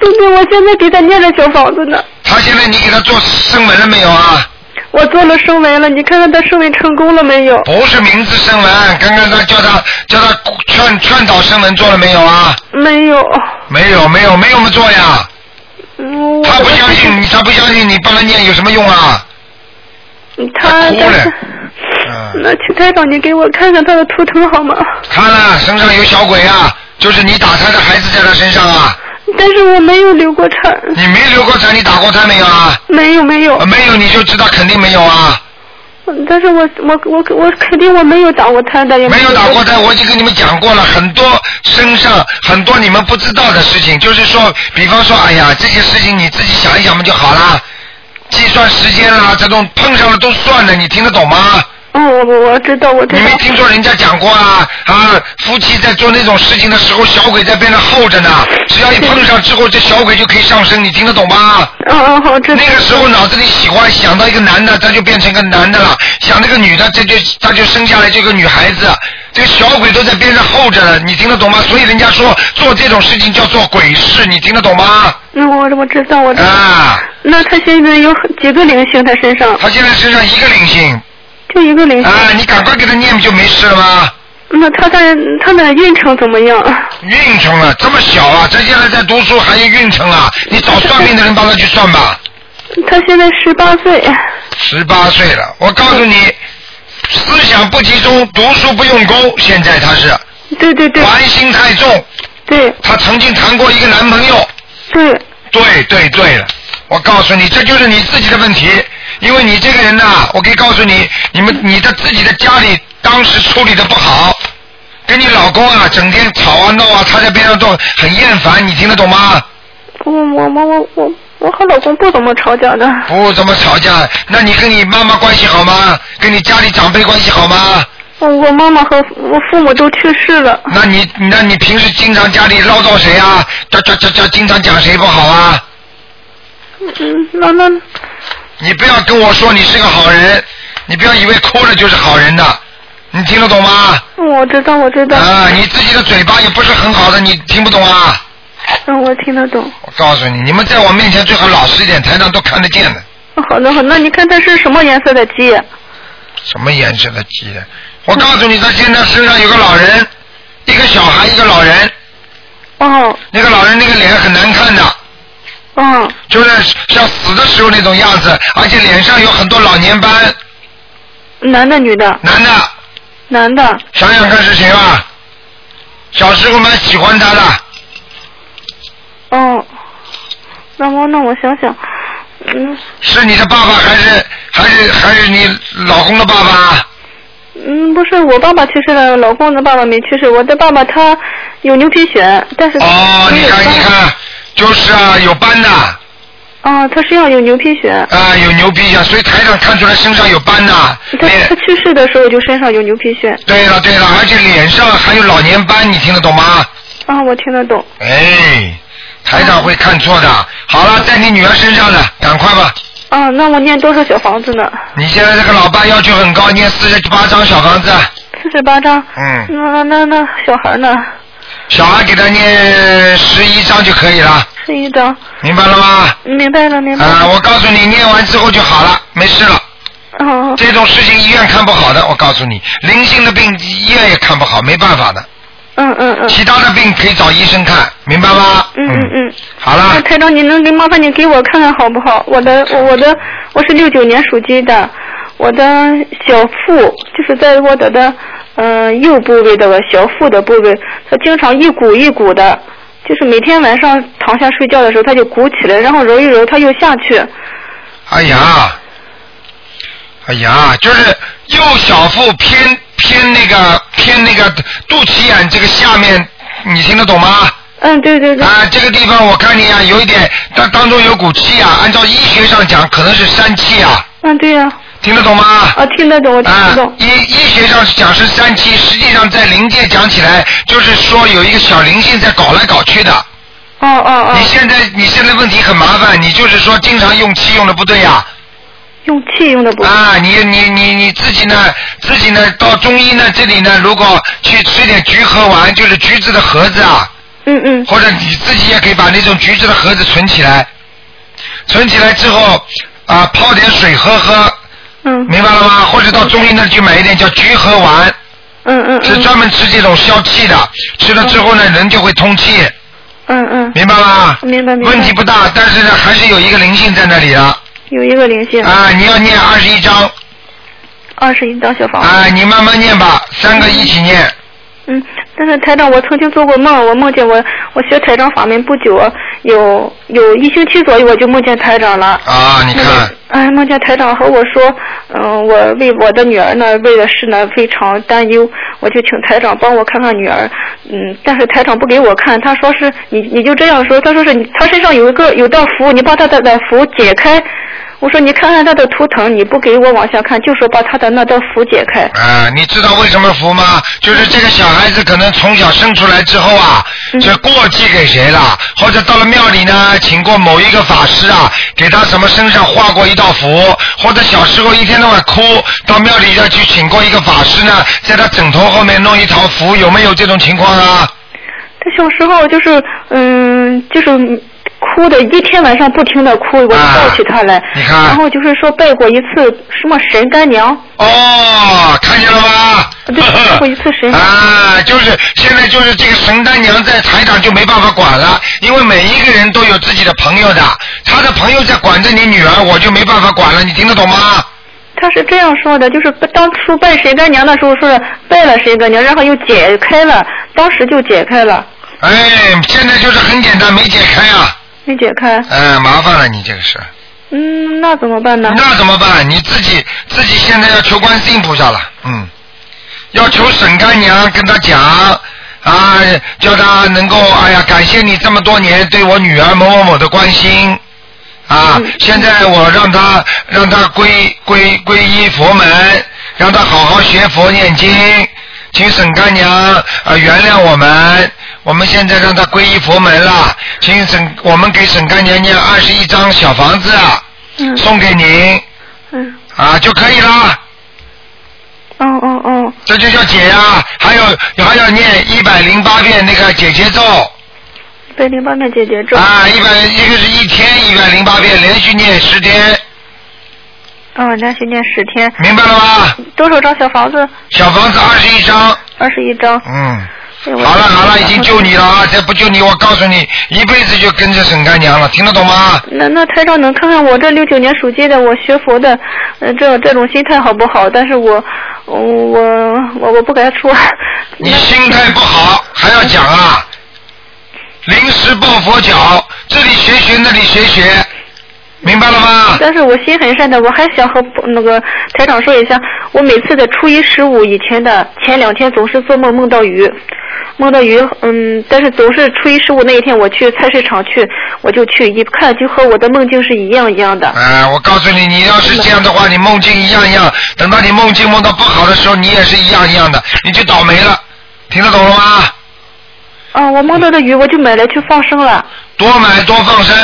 对对，我现在给他念了小房子呢，他现在你给他做声纹了没有啊？我做了升维了，你看看他升维成功了没有？不是名字声纹，刚刚他叫他叫他劝劝导声纹做了没有啊？没有，没有没有没有么做呀？嗯，我他不相信你，他不相信你帮他念有什么用啊？他哭了但是，那请台长你给我看看他的图腾好吗？看了身上有小鬼啊，就是你打胎的孩子在他身上啊。但是我没有流过产，你没流过产，你打过胎没有啊？没有没有。啊没有你就知道肯定没有啊。但是我我我我肯定我没有打过胎的，也没有打过胎，我已经跟你们讲过了，很多身上很多你们不知道的事情，就是说，比方说，哎呀，这些事情你自己想一想不就好啦？计算时间啦，这种碰上了都算了，你听得懂吗？嗯，我我知道，我知道。你没听说人家讲过啊？啊，夫妻在做那种事情的时候，小鬼在边上候着呢。只要一碰上之后，这小鬼就可以上升，你听得懂吗？嗯嗯，好，知道。那个时候脑子里喜欢想到一个男的，他就变成个男的了；想那个女的，这就他就生下来就一个女孩子。这个小鬼都在边上候着呢，你听得懂吗？所以人家说做这种事情叫做鬼事，你听得懂吗？嗯，我我知道，我知道。啊。那他现在有很几个灵性？他身上他现在身上一个灵性就一个灵性。啊，你赶快给他念不就没事了吗？那他在他的运程怎么样？运程啊，这么小啊，他现在在读书还有运程啊，你找算命的人帮他去算吧。他现在十八岁，十八岁了，我告诉你，思想不集中，读书不用功，现在他是。对对对。玩心太重。对。他曾经谈过一个男朋友。对。对对对了，我告诉你，这就是你自己的问题，因为你这个人呐、我可以告诉你，你们你的自己的家里当时处理的不好，跟你老公啊整天吵啊闹啊，他在边上都很厌烦，你听得懂吗？我我我我我我和老公不怎么吵架的，不怎么吵架，那你跟你妈妈关系好吗？跟你家里长辈关系好吗？我我妈妈和我父母都去世了。那你那你平时经常家里唠叨谁啊？叫叫叫叫，经常讲谁不好啊？嗯，那那你不要跟我说你是个好人，你不要以为哭了就是好人的，你听得懂吗？哦我知道我知道。啊，你自己的嘴巴也不是很好的，你听不懂啊？嗯，我听得懂。我告诉你，你们在我面前最好老实一点，台上都看得见的。哦好的好的，那你看他是什么颜色的鸡？什么颜色的鸡？我告诉你，他现在身上有个老人，一个小孩，一个老人。哦。那个老人那个脸很难看的。嗯。就是像死的时候那种样子，而且脸上有很多老年斑。男的女的？男的。男的。想想看是谁吧？小时候蛮喜欢他的，哦，那我那我想想，嗯是你的爸爸还是还是还是你老公的爸爸？嗯，不是我爸爸去世了，老公的爸爸没去世，我的爸爸他有牛皮癣，但是哦，你看你看，就是啊，有斑的啊、啊、他身上有牛皮癣，有牛皮癣，所以台上看出来身上有斑的。他他去世的时候就身上有牛皮癣对了对了，而且脸上还有老年斑，你听得懂吗？啊，我听得懂。哎，台长会看错的。好了，在你女儿身上了，赶快吧。啊，那我念多少小房子呢？你现在这个老爸要求很高，念四十八张小房子，四十八张。嗯那那那小孩呢？小孩给他念十一张就可以了，十一张。明白了吗？明白了，明白了。啊，我告诉你，念完之后就好了，没事了。哦。这种事情医院看不好的，我告诉你，灵性的病医院也看不好，没办法的。嗯嗯嗯。其他的病可以找医生看，明白吗？嗯嗯嗯。好了那台长，你能给麻烦你给我看看好不好？我的我我的我是六九年属鸡的，我的小腹就是在我的的呃右部位的小腹的部位，它经常一鼓一鼓的，就是每天晚上躺下睡觉的时候，它就鼓起来，然后揉一揉，它又下去。哎呀，哎呀，就是右小腹偏偏那个偏那个肚脐眼这个下面，你听得懂吗？嗯，对对对。啊，这个地方我看你啊，有一点当当中有股气啊，按照医学上讲，可能是疝气啊。嗯，对呀、听得懂吗？啊，听得懂，我听得懂。医医学上讲是三七，实际上在灵界讲起来，就是说有一个小灵性在搞来搞去的。哦哦哦。你现在你现在问题很麻烦，你就是说经常用气用的不对呀、用气用的不对。啊，你你你你自己呢？自己呢？到中医呢这里呢，如果去吃点橘核丸，就是橘子的盒子啊。嗯嗯。或者你自己也可以把那种橘子的盒子存起来，存起来之后啊，泡点水喝喝。嗯。明白了吗？或者到中医那去买一点叫橘核丸。嗯嗯。是专门吃这种消气的，吃了之后呢，人就会通气。嗯嗯。明白吗？明白明白。问题不大，但是呢，还是有一个灵性在那里了。有一个灵性。啊，你要念二十一章。二十一张小房子。啊，你慢慢念吧，三个一起念。嗯，但是台长，我曾经做过梦，我梦见我我学台长法门不久，有有一星期左右，我就梦见台长了。啊，你看，哎，梦见台长和我说，嗯、我为我的女儿呢，为了事呢非常担忧，我就请台长帮我看看女儿，嗯，但是台长不给我看，他说是你你就这样说，他说是你他身上有一个有道符，你把他的的符解开，我说你看看他的图腾，你不给我往下看，就说把他的那道符解开，啊，你知道为什么服吗？就是这个小孩子可能从小生出来之后啊，嗯这过继给谁了，或者到了庙里呢，请过某一个法师啊，给他什么身上画过一道符，或者小时候一天到晚哭，到庙里要去请过一个法师呢，在他枕头后面弄一条符，有没有这种情况啊？他小时候就是，嗯，就是哭的，一天晚上不停的哭，我就抱起他来，啊你看然后就是说拜过一次什么神干娘，哦，看见了吗？ *laughs* 对，拜过一次神干娘，啊，就是现在就是这个神丹娘在台长就没办法管了，因为每一个人都有自己的朋友的，他的朋友在管着你女儿，我就没办法管了，你听得懂吗？他是这样说的，就是当初拜神干娘的时候说是拜了神干娘，然后又解开了，当时就解开了，哎，现在就是很简单，没解开啊，没解开，哎，麻烦了你这个事，嗯，那怎么办呢？那怎么办？你自己自己现在要求观世音菩萨了，嗯，要求沈干娘跟他讲啊，叫他能够哎呀，感谢你这么多年对我女儿某某某的关心。啊，现在我让他让他归归归依佛门，让他好好学佛念经，请沈干娘啊、呃原谅我们，我们现在让他皈依佛门了，请沈我们给沈干娘念二十一张小房子，啊送给您嗯，啊就可以了，哦哦哦，这就叫解呀、还有还要念一百零八遍那个解结咒被淋巴面解决咒，啊，一百一个是一天一百零八遍，连续念十天，嗯，连续念十天，明白了吗？多少张小房子？小房子二十一张，二十一张。嗯。哎我好了好了，已经救你了啊！再不救你，我告诉你，一辈子就跟着沈干娘了，听得懂吗？那那台长能看看我这六九年属鸡的，我学佛的，呃，这这种心态好不好？但是我，我我我不该说，你心态不好，还要讲啊？嗯临时抱佛脚，这里学学，那里学学，明白了吗？但是我心很善的，我还想和那个台长说一下，我每次的初一十五以前的前两天总是做梦梦到鱼，梦到鱼，嗯，但是总是初一十五那一天我去菜市场去，我就去一看就和我的梦境是一样一样的。哎、我告诉你，你要是这样的话，你梦境一样一样，等到你梦境梦到不好的时候，你也是一样一样的，你就倒霉了，听得懂了吗？啊，我梦到的鱼我就买来去放生了。多买多放生。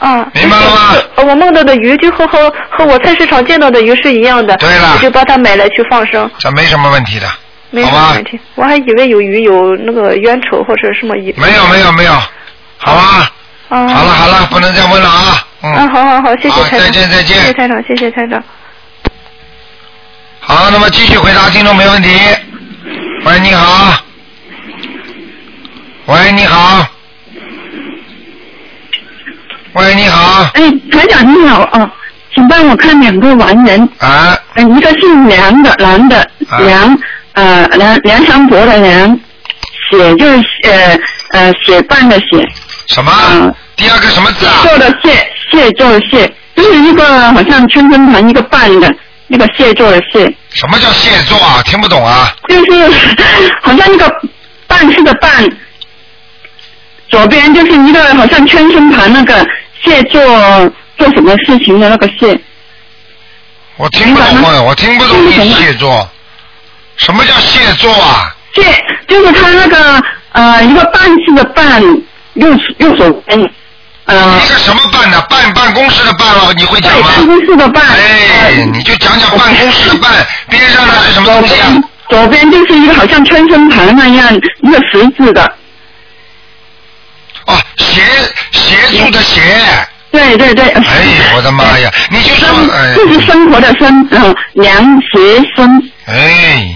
啊，明白了吗？我梦到的鱼就和和和我菜市场见到的鱼是一样的，对了我就把它买来去放生，这没什么问题的，没什好么吧问？题。我还以为有鱼有那个冤仇或者什么鱼。没有没有没有，好吧？啊。好了好了，不能再问了啊。嗯。啊，好好好，谢谢好台长，再见再见谢谢台长，谢谢台长。好，那么继续回答听众没问题。喂，你好。喂，你好。喂，你好。哎，台长你好哦，请帮我看两个完人，啊呃，一个是梁的男的啊梁，呃梁梁山伯的梁，血就是呃呃血斑的血，什么？第二个什么字啊？做的蟹蟹做的蟹，就是一个好像春分盘一个半的那个蟹做的蟹，什么叫蟹座啊？听不懂啊？就是好像一个半是个半，左边就是一个好像圈身盘那个蟹做做什么事情的那个蟹。我听不懂啊，我听不懂你写作。什么叫谢作啊？这就是他那个呃一个半字的半，右右手边，呃一个什么办呢？办办公室的办了，你会讲吗？办公室的办。嗯哎，你就讲讲办公室的办，边上的是什么东西啊？左边就是一个好像穿针盘那样一个十字的，哦，协协助的协。对对对。哎呦，我的妈呀！嗯你就说，哎就是生活的生，呃，粮食生，哎，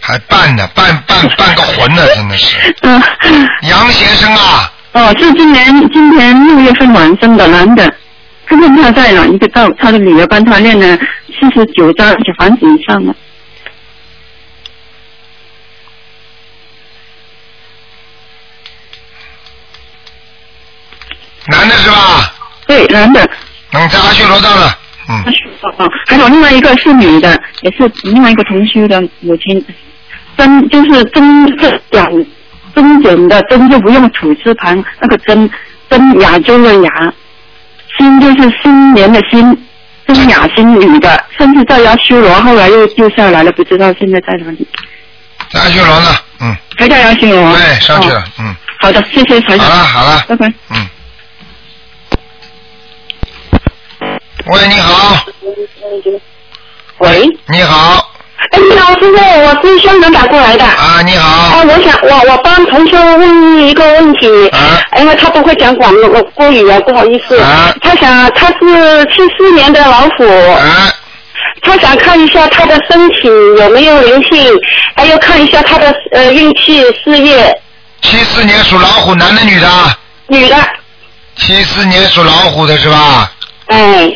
还办呢，办办办个魂呢，真的是。嗯、杨先生啊，哦，是今年今年六月份完生的男的，看看他在哪一个道，他的女儿帮他练了四十九张小房子以上了。男的是吧？对，男的。嗯，在阿修罗道了。嗯。哦哦，还有另外一个是女的，也是另外一个同修的母亲，呃曾就是曾是讲曾简嗯的曾就不用土字旁，那个曾曾亚洲的亚，新就是新年的新，曾雅欣女的，甚至在阿修罗，后来又又下来了，不知道现在在哪里，在阿修罗呢，嗯。还在阿修罗啊。对，上去了哦。嗯。好的，谢谢台长。好了好了嗯拜拜。喂，你好。喂。你好。哎，你好，师傅，我是香港打过来的。啊，你好。哎，我想我我帮同学问一个问题。啊。因为他不会讲广东国语啊，不好意思。啊。他想他是七四年的老虎。啊。他想看一下他的身体有没有灵性，还有看一下他的呃运气、事业。七四年属老虎，男的女的？女的。七四年属老虎的是吧？哎。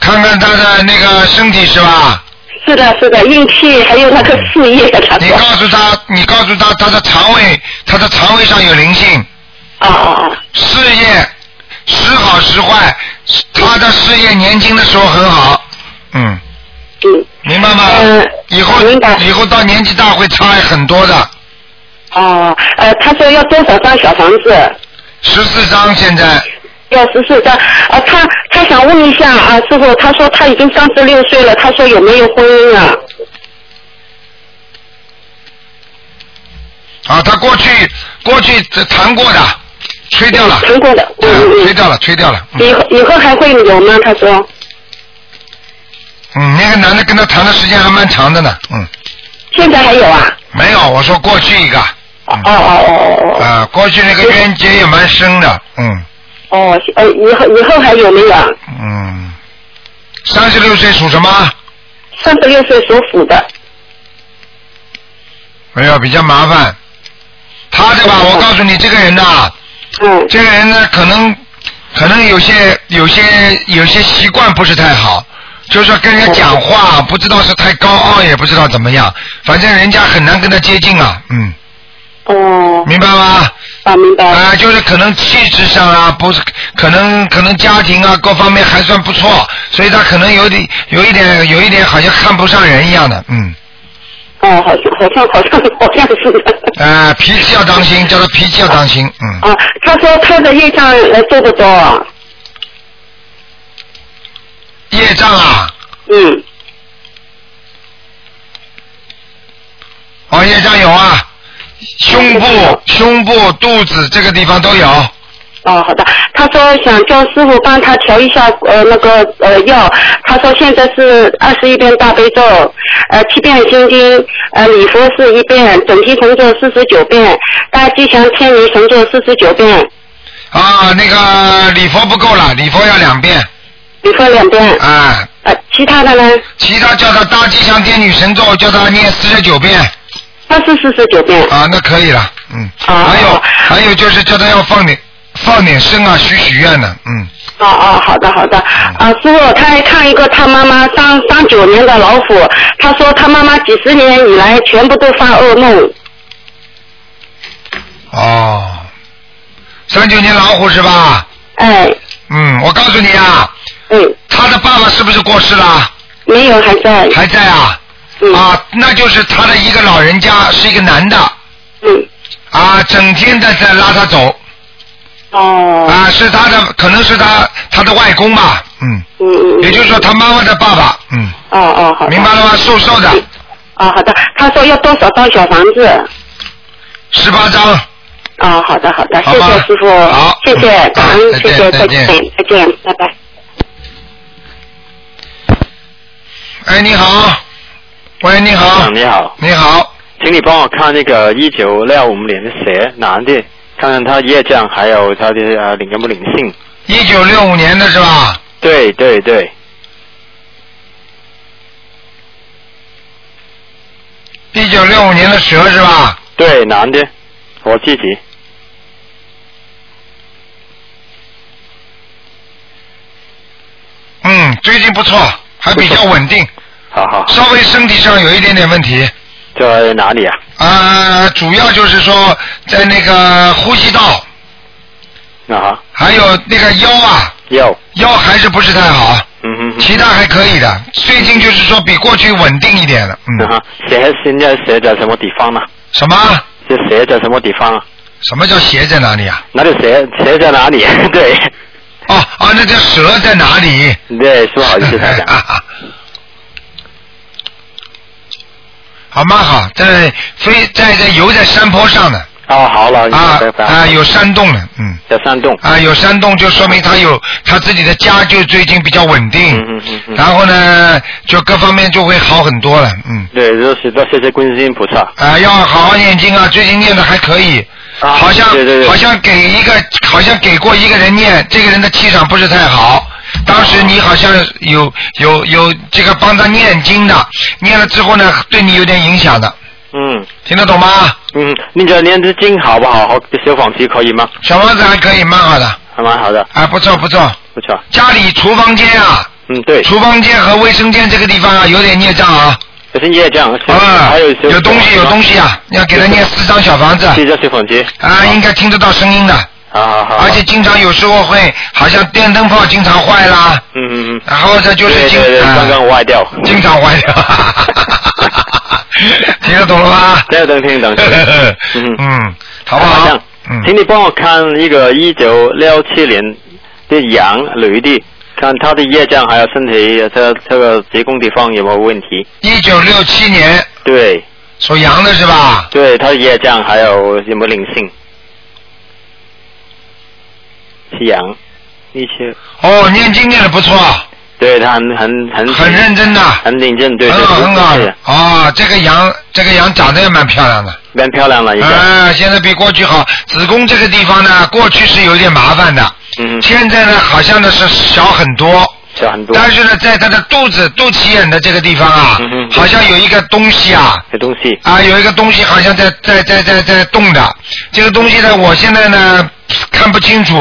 看看他的那个身体是吧？嗯是的，是的，运气还有那个事业，他你告诉他，你告诉他，他的肠胃，他的肠胃上有灵性。啊啊啊！事业时好时坏，他的事业年轻的时候很好，嗯。嗯。呃明白吗？嗯。以后以后到年纪大会差很多的，哦，呃，他说要多少张小房子？十四张现在。要十四张，呃，他他想问一下啊，师傅，他说他已经三十六岁了，他说有没有婚姻啊？啊，他过去过去谈过的，吹掉了。谈过的，嗯，吹掉了，吹掉了。以后以后还会有吗？他说，嗯，那个男的跟他谈的时间还蛮长的呢，嗯，现在还有啊？没有，我说过去一个。哦哦哦哦。啊，过去那个冤结也蛮深的，嗯哦，呃，以后以后还有没有啊？嗯。三十六岁属什么？三十六岁属虎的，没有，比较麻烦。他对吧？我告诉你，这个人呐、嗯，这个人呢，可能可能有些有些有些习惯不是太好，就是说跟人家讲话，不知道是太高傲，也不知道怎么样，反正人家很难跟他接近啊，嗯。哦。明白吗？啊，明白。啊，就是可能气质上啊，不是可能可能家庭啊各方面还算不错，所以他可能有点有一点有一点好像看不上人一样的，嗯。哦，好像好像好像好像是 *laughs* 的。啊，脾气要当心，叫他脾气要当心，嗯。啊，他说他的业障呃多不多啊？业障啊。嗯。哦，业障有啊，胸啊部、胸部、肚子这个地方都有。哦，好的。他说想叫师傅帮他调一下呃那个呃药。他说现在是二十一遍大悲咒，呃七遍心经，呃礼佛是一遍，整体神咒四十九遍，大吉祥天女神咒四十九遍，啊，那个礼佛不够了，礼佛要两遍。礼佛两遍。啊。呃，其他的呢？其他叫他大吉祥天女神咒，叫他念四十九遍。那是四十九遍。啊，那可以了，嗯。啊。还有还有就是叫他要放点放点声啊，许许愿呢，嗯。哦哦，好的好的。啊，师傅，他还看一个他妈妈三三九年的老虎，他说他妈妈几十年以来全部都发噩梦。哦，三九年老虎是吧？哎。嗯，我告诉你啊。嗯。他的爸爸是不是过世了？没有，还在。还在啊。啊，那就是他的一个老人家是一个男的。嗯。啊，整天的在拉他走。哦。啊，是他的，可能是他他的外公吧，嗯。嗯嗯。也就是说他妈妈的爸爸，嗯。哦哦，好。明白了吗？瘦瘦的。啊哦，好的。他说要多少张小房子？十八张。哦，好的好的，好谢吧谢师傅，好谢谢嗯感恩，谢谢，再再见见再见，拜拜。哎，你好。喂，你好。你好。你好。请你帮我看那个一九六五年的蛇男的，看看他业障还有他的呃灵不灵性。一九六五年的是吧？对对对，一九六五年的蛇是吧？对男的，我自己。嗯，最近不错，还比较稳定，好好，稍微身体上有一点点问题。在哪里啊？啊，主要就是说在那个呼吸道，啊哈，还有那个腰啊，有，腰还是不是太好，嗯哼哼。其他还可以的。最近就是说比过去稳定一点了。嗯。啊哈，蛇现在蛇在什么地方呢？啊什么？这蛇在什么地方啊？什么叫邪在哪里啊？哪里蛇？蛇在哪里？ *laughs* 对，哦啊，那叫蛇在哪里？对，是不好意 *laughs* 思，台长。好蛮好，在飞在在游在山坡上的哦，好了，啊拜拜啊，有山洞的，嗯，在山洞。啊，有山洞就说明他有他自己的家就最近比较稳定，嗯嗯嗯。然后？呢，就各方面就会好很多了，嗯，对，就是多谢谢观世音菩萨。啊，要好好念经啊，最近念的还可以，啊好像对对对好像给一个好像给过一个人念，这个人的气场不是太好。当啊时你好像有有有这个帮他念经的，念了之后呢，对你有点影响的，嗯听得懂吗？嗯，你这念的经好不好？好，小房子可以吗？小房子还可以，蛮好的，还蛮好的，啊，不错不错。不错。家里厨房间啊，嗯，对。厨房间和卫生间这个地方啊，有点孽障啊，有些业障，啊还有有东西有东西啊，要给他念四张小房子谢谢小房子。啊，应该听得到声音的，好好好。而且经常有时候会好像电灯泡经常坏啦，嗯嗯嗯。然后这就是对经对对，啊刚刚坏掉。经常坏 *laughs* 掉，听得懂了吗？对，等听等听。 *laughs* 嗯，好不好？嗯请你帮我看一个一九六七年的羊女的，看她的业障还有身体这这个子宫地方有没有问题？一九六七年对。属羊的是吧？对，她的业障还有有没有灵性？是羊，一些哦，念经念的不错，啊对她很很很很认真的很认真，对对很好对嗯很好对，啊，这个羊这个羊长得也蛮漂亮的。蛮漂亮了，已经。啊，现在比过去好。子宫这个地方呢，过去是有点麻烦的，嗯，现在呢好像呢是小很多，小很多。但是呢，在它的肚子肚脐眼的这个地方啊，嗯哼好像有一个东西啊，这东西啊有一个东西好像在在在在在动的。这个东西呢，我现在呢看不清楚，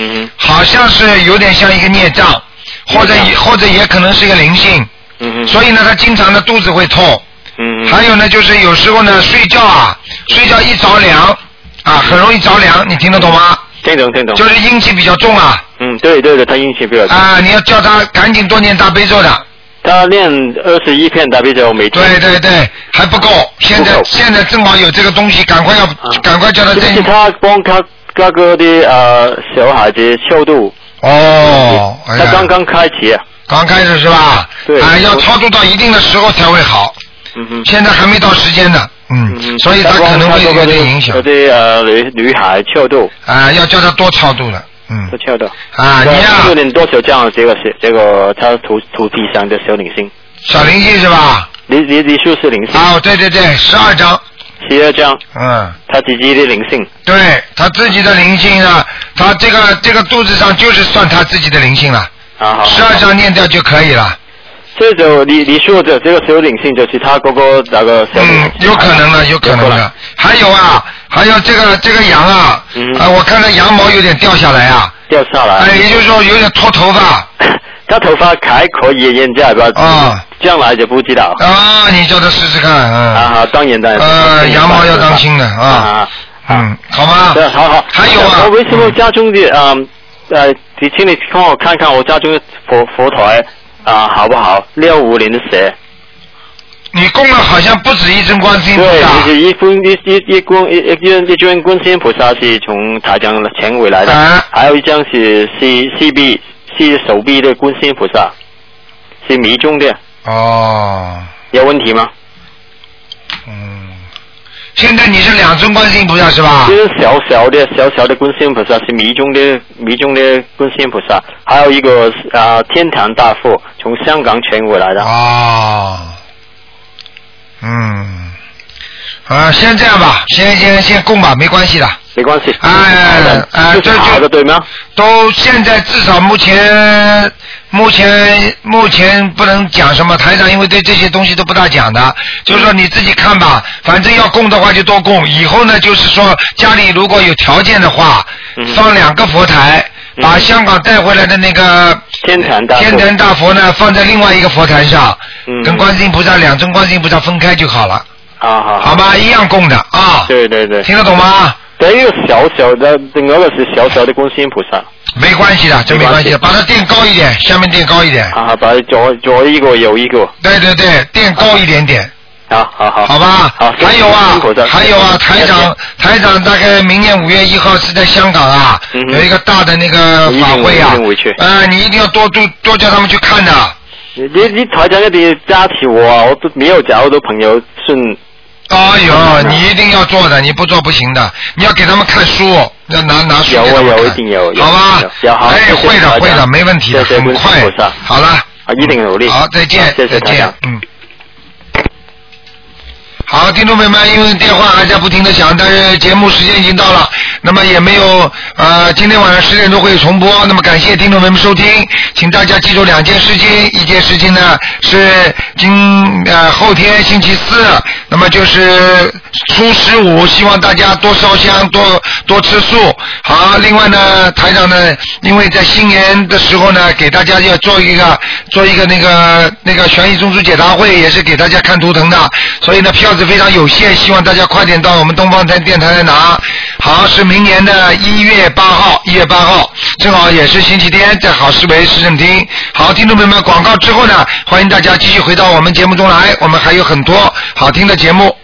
嗯好像是有点像一个孽障，或者也或者也可能是一个灵性，嗯所以呢，他经常的肚子会痛。嗯还有呢，就是有时候呢，睡觉啊，睡觉一着凉啊，很容易着凉，你听得懂吗？听懂嗯听懂。就是阴气比较重啊嗯，对对对，她运气比较差。啊，你要叫他赶紧多念大悲咒的。他练二十一片大悲咒每天。对对对，还不啊够，现在现在正好有这个东西，赶快要赶快叫他是不正是他帮他哥哥的呃小孩子超度？哦，哎他呀刚，刚开啊始。刚开始是吧？对啊，要我超度到一定的时候才会好，嗯哼。现在还没到时间呢，嗯，所以他他可能会有点影响有的呃女女孩超度，啊，要叫他多超度了，嗯，都超度。啊你呀有点多少这样？这个是这个他头头皮上的小灵星，小灵性是吧？你你你说是灵性？啊，对对对，十二张，十二张，嗯。他自己的灵性。对他自己的灵性啊，他这个这个肚子上就是算他自己的灵性了，啊好。十二张念掉就可以了。这就你你说的这个小灵性就是他哥哥那个小啊灵性。嗯有可能的，有可能的。还有啊，还有这个这个羊啊，啊，我看到羊毛有点掉下来啊，嗯掉下来。哎，也就是说有点脱头发 *laughs* 他头发还可以现在吧？啊，将来就不知道。啊，你叫他试试看啊。啊，当然当然。呃，羊毛要当心的啊，啊。嗯，好吗？对，好好。还有啊我为什么家中的啊呃，你请你帮我看看我家中的佛佛台啊好不好？六五年的蛇，你供了好像不止一尊观世音菩萨，对，就是一尊一一一尊一一尊一尊观世音菩萨是从台江请回来的，啊还有一张是是是臂是手臂的观世音菩萨，是迷踪的，哦，有问题吗？现在你是两尊观世音菩萨是吧就？是小小的小小的观世音菩萨是迷踪的迷踪的观世音菩萨，还有一个啊、呃天坛大佛从香港请回来的，哦，嗯，啊，先这样吧，先先先供吧，没关系的。没关系，哎哎，这就对吗？都现在至少目前目前目前不能讲什么，台长因为对这些东西都不大讲的，就是说你自己看吧，反正要供的话就多供。以后呢，就是说家里如果有条件的话，嗯放两个佛台。把香港带回来的那个天坛大佛嗯天坛大佛呢，放在另外一个佛台上，跟观世音菩萨两尊观世音菩萨分开就好了，啊好，好吧？一样供的啊。对对对，听得懂吗？对，一个小小的，另外一个是小小的观世音菩萨。没关系的，这没关系的，把它垫高一点，下面垫高一点。啊，好把左左一个，右一个。对对对，垫高一点点。好好好，好吧，好，还有啊辛苦的，还有啊，台长，台长大概明年五月一号是在香港啊，嗯有一个大的那个法会啊一定一定会去，呃，你一定要多多多叫他们去看的，你你你台长一定要加持我啊！我都没有找到朋友信，哎啊呦，你一定要做的，你不做不行的，你要给他们看书，要拿拿书有给他啊们有，一看，定有，有好吧有好，哎谢谢会的台长会的没问题的谢谢很快观世音菩萨好了，啊，一定努力，好，再见啊，谢谢再台见长。，嗯。好，听众朋友们，因为电话还在不停的响，但是节目时间已经到了，那么也没有呃，今天晚上十点钟会重播。那么感谢听众朋友们收听，请大家记住两件事情，一件事情呢是今呃后天星期四，那么就是初十五，希望大家多烧香，多多吃素。好，另外呢，台长呢，因为在新年的时候呢，给大家要做一个做一个那个那个悬疑中枢解答会，也是给大家看图腾的，所以呢票子非常有限，希望大家快点到我们东方台电台来拿。好，是明年的一月八号，一月八号，正好也是星期天，在好市委市政厅。好，听众朋友们，广告之后呢，欢迎大家继续回到我们节目中来，我们还有很多好听的节目。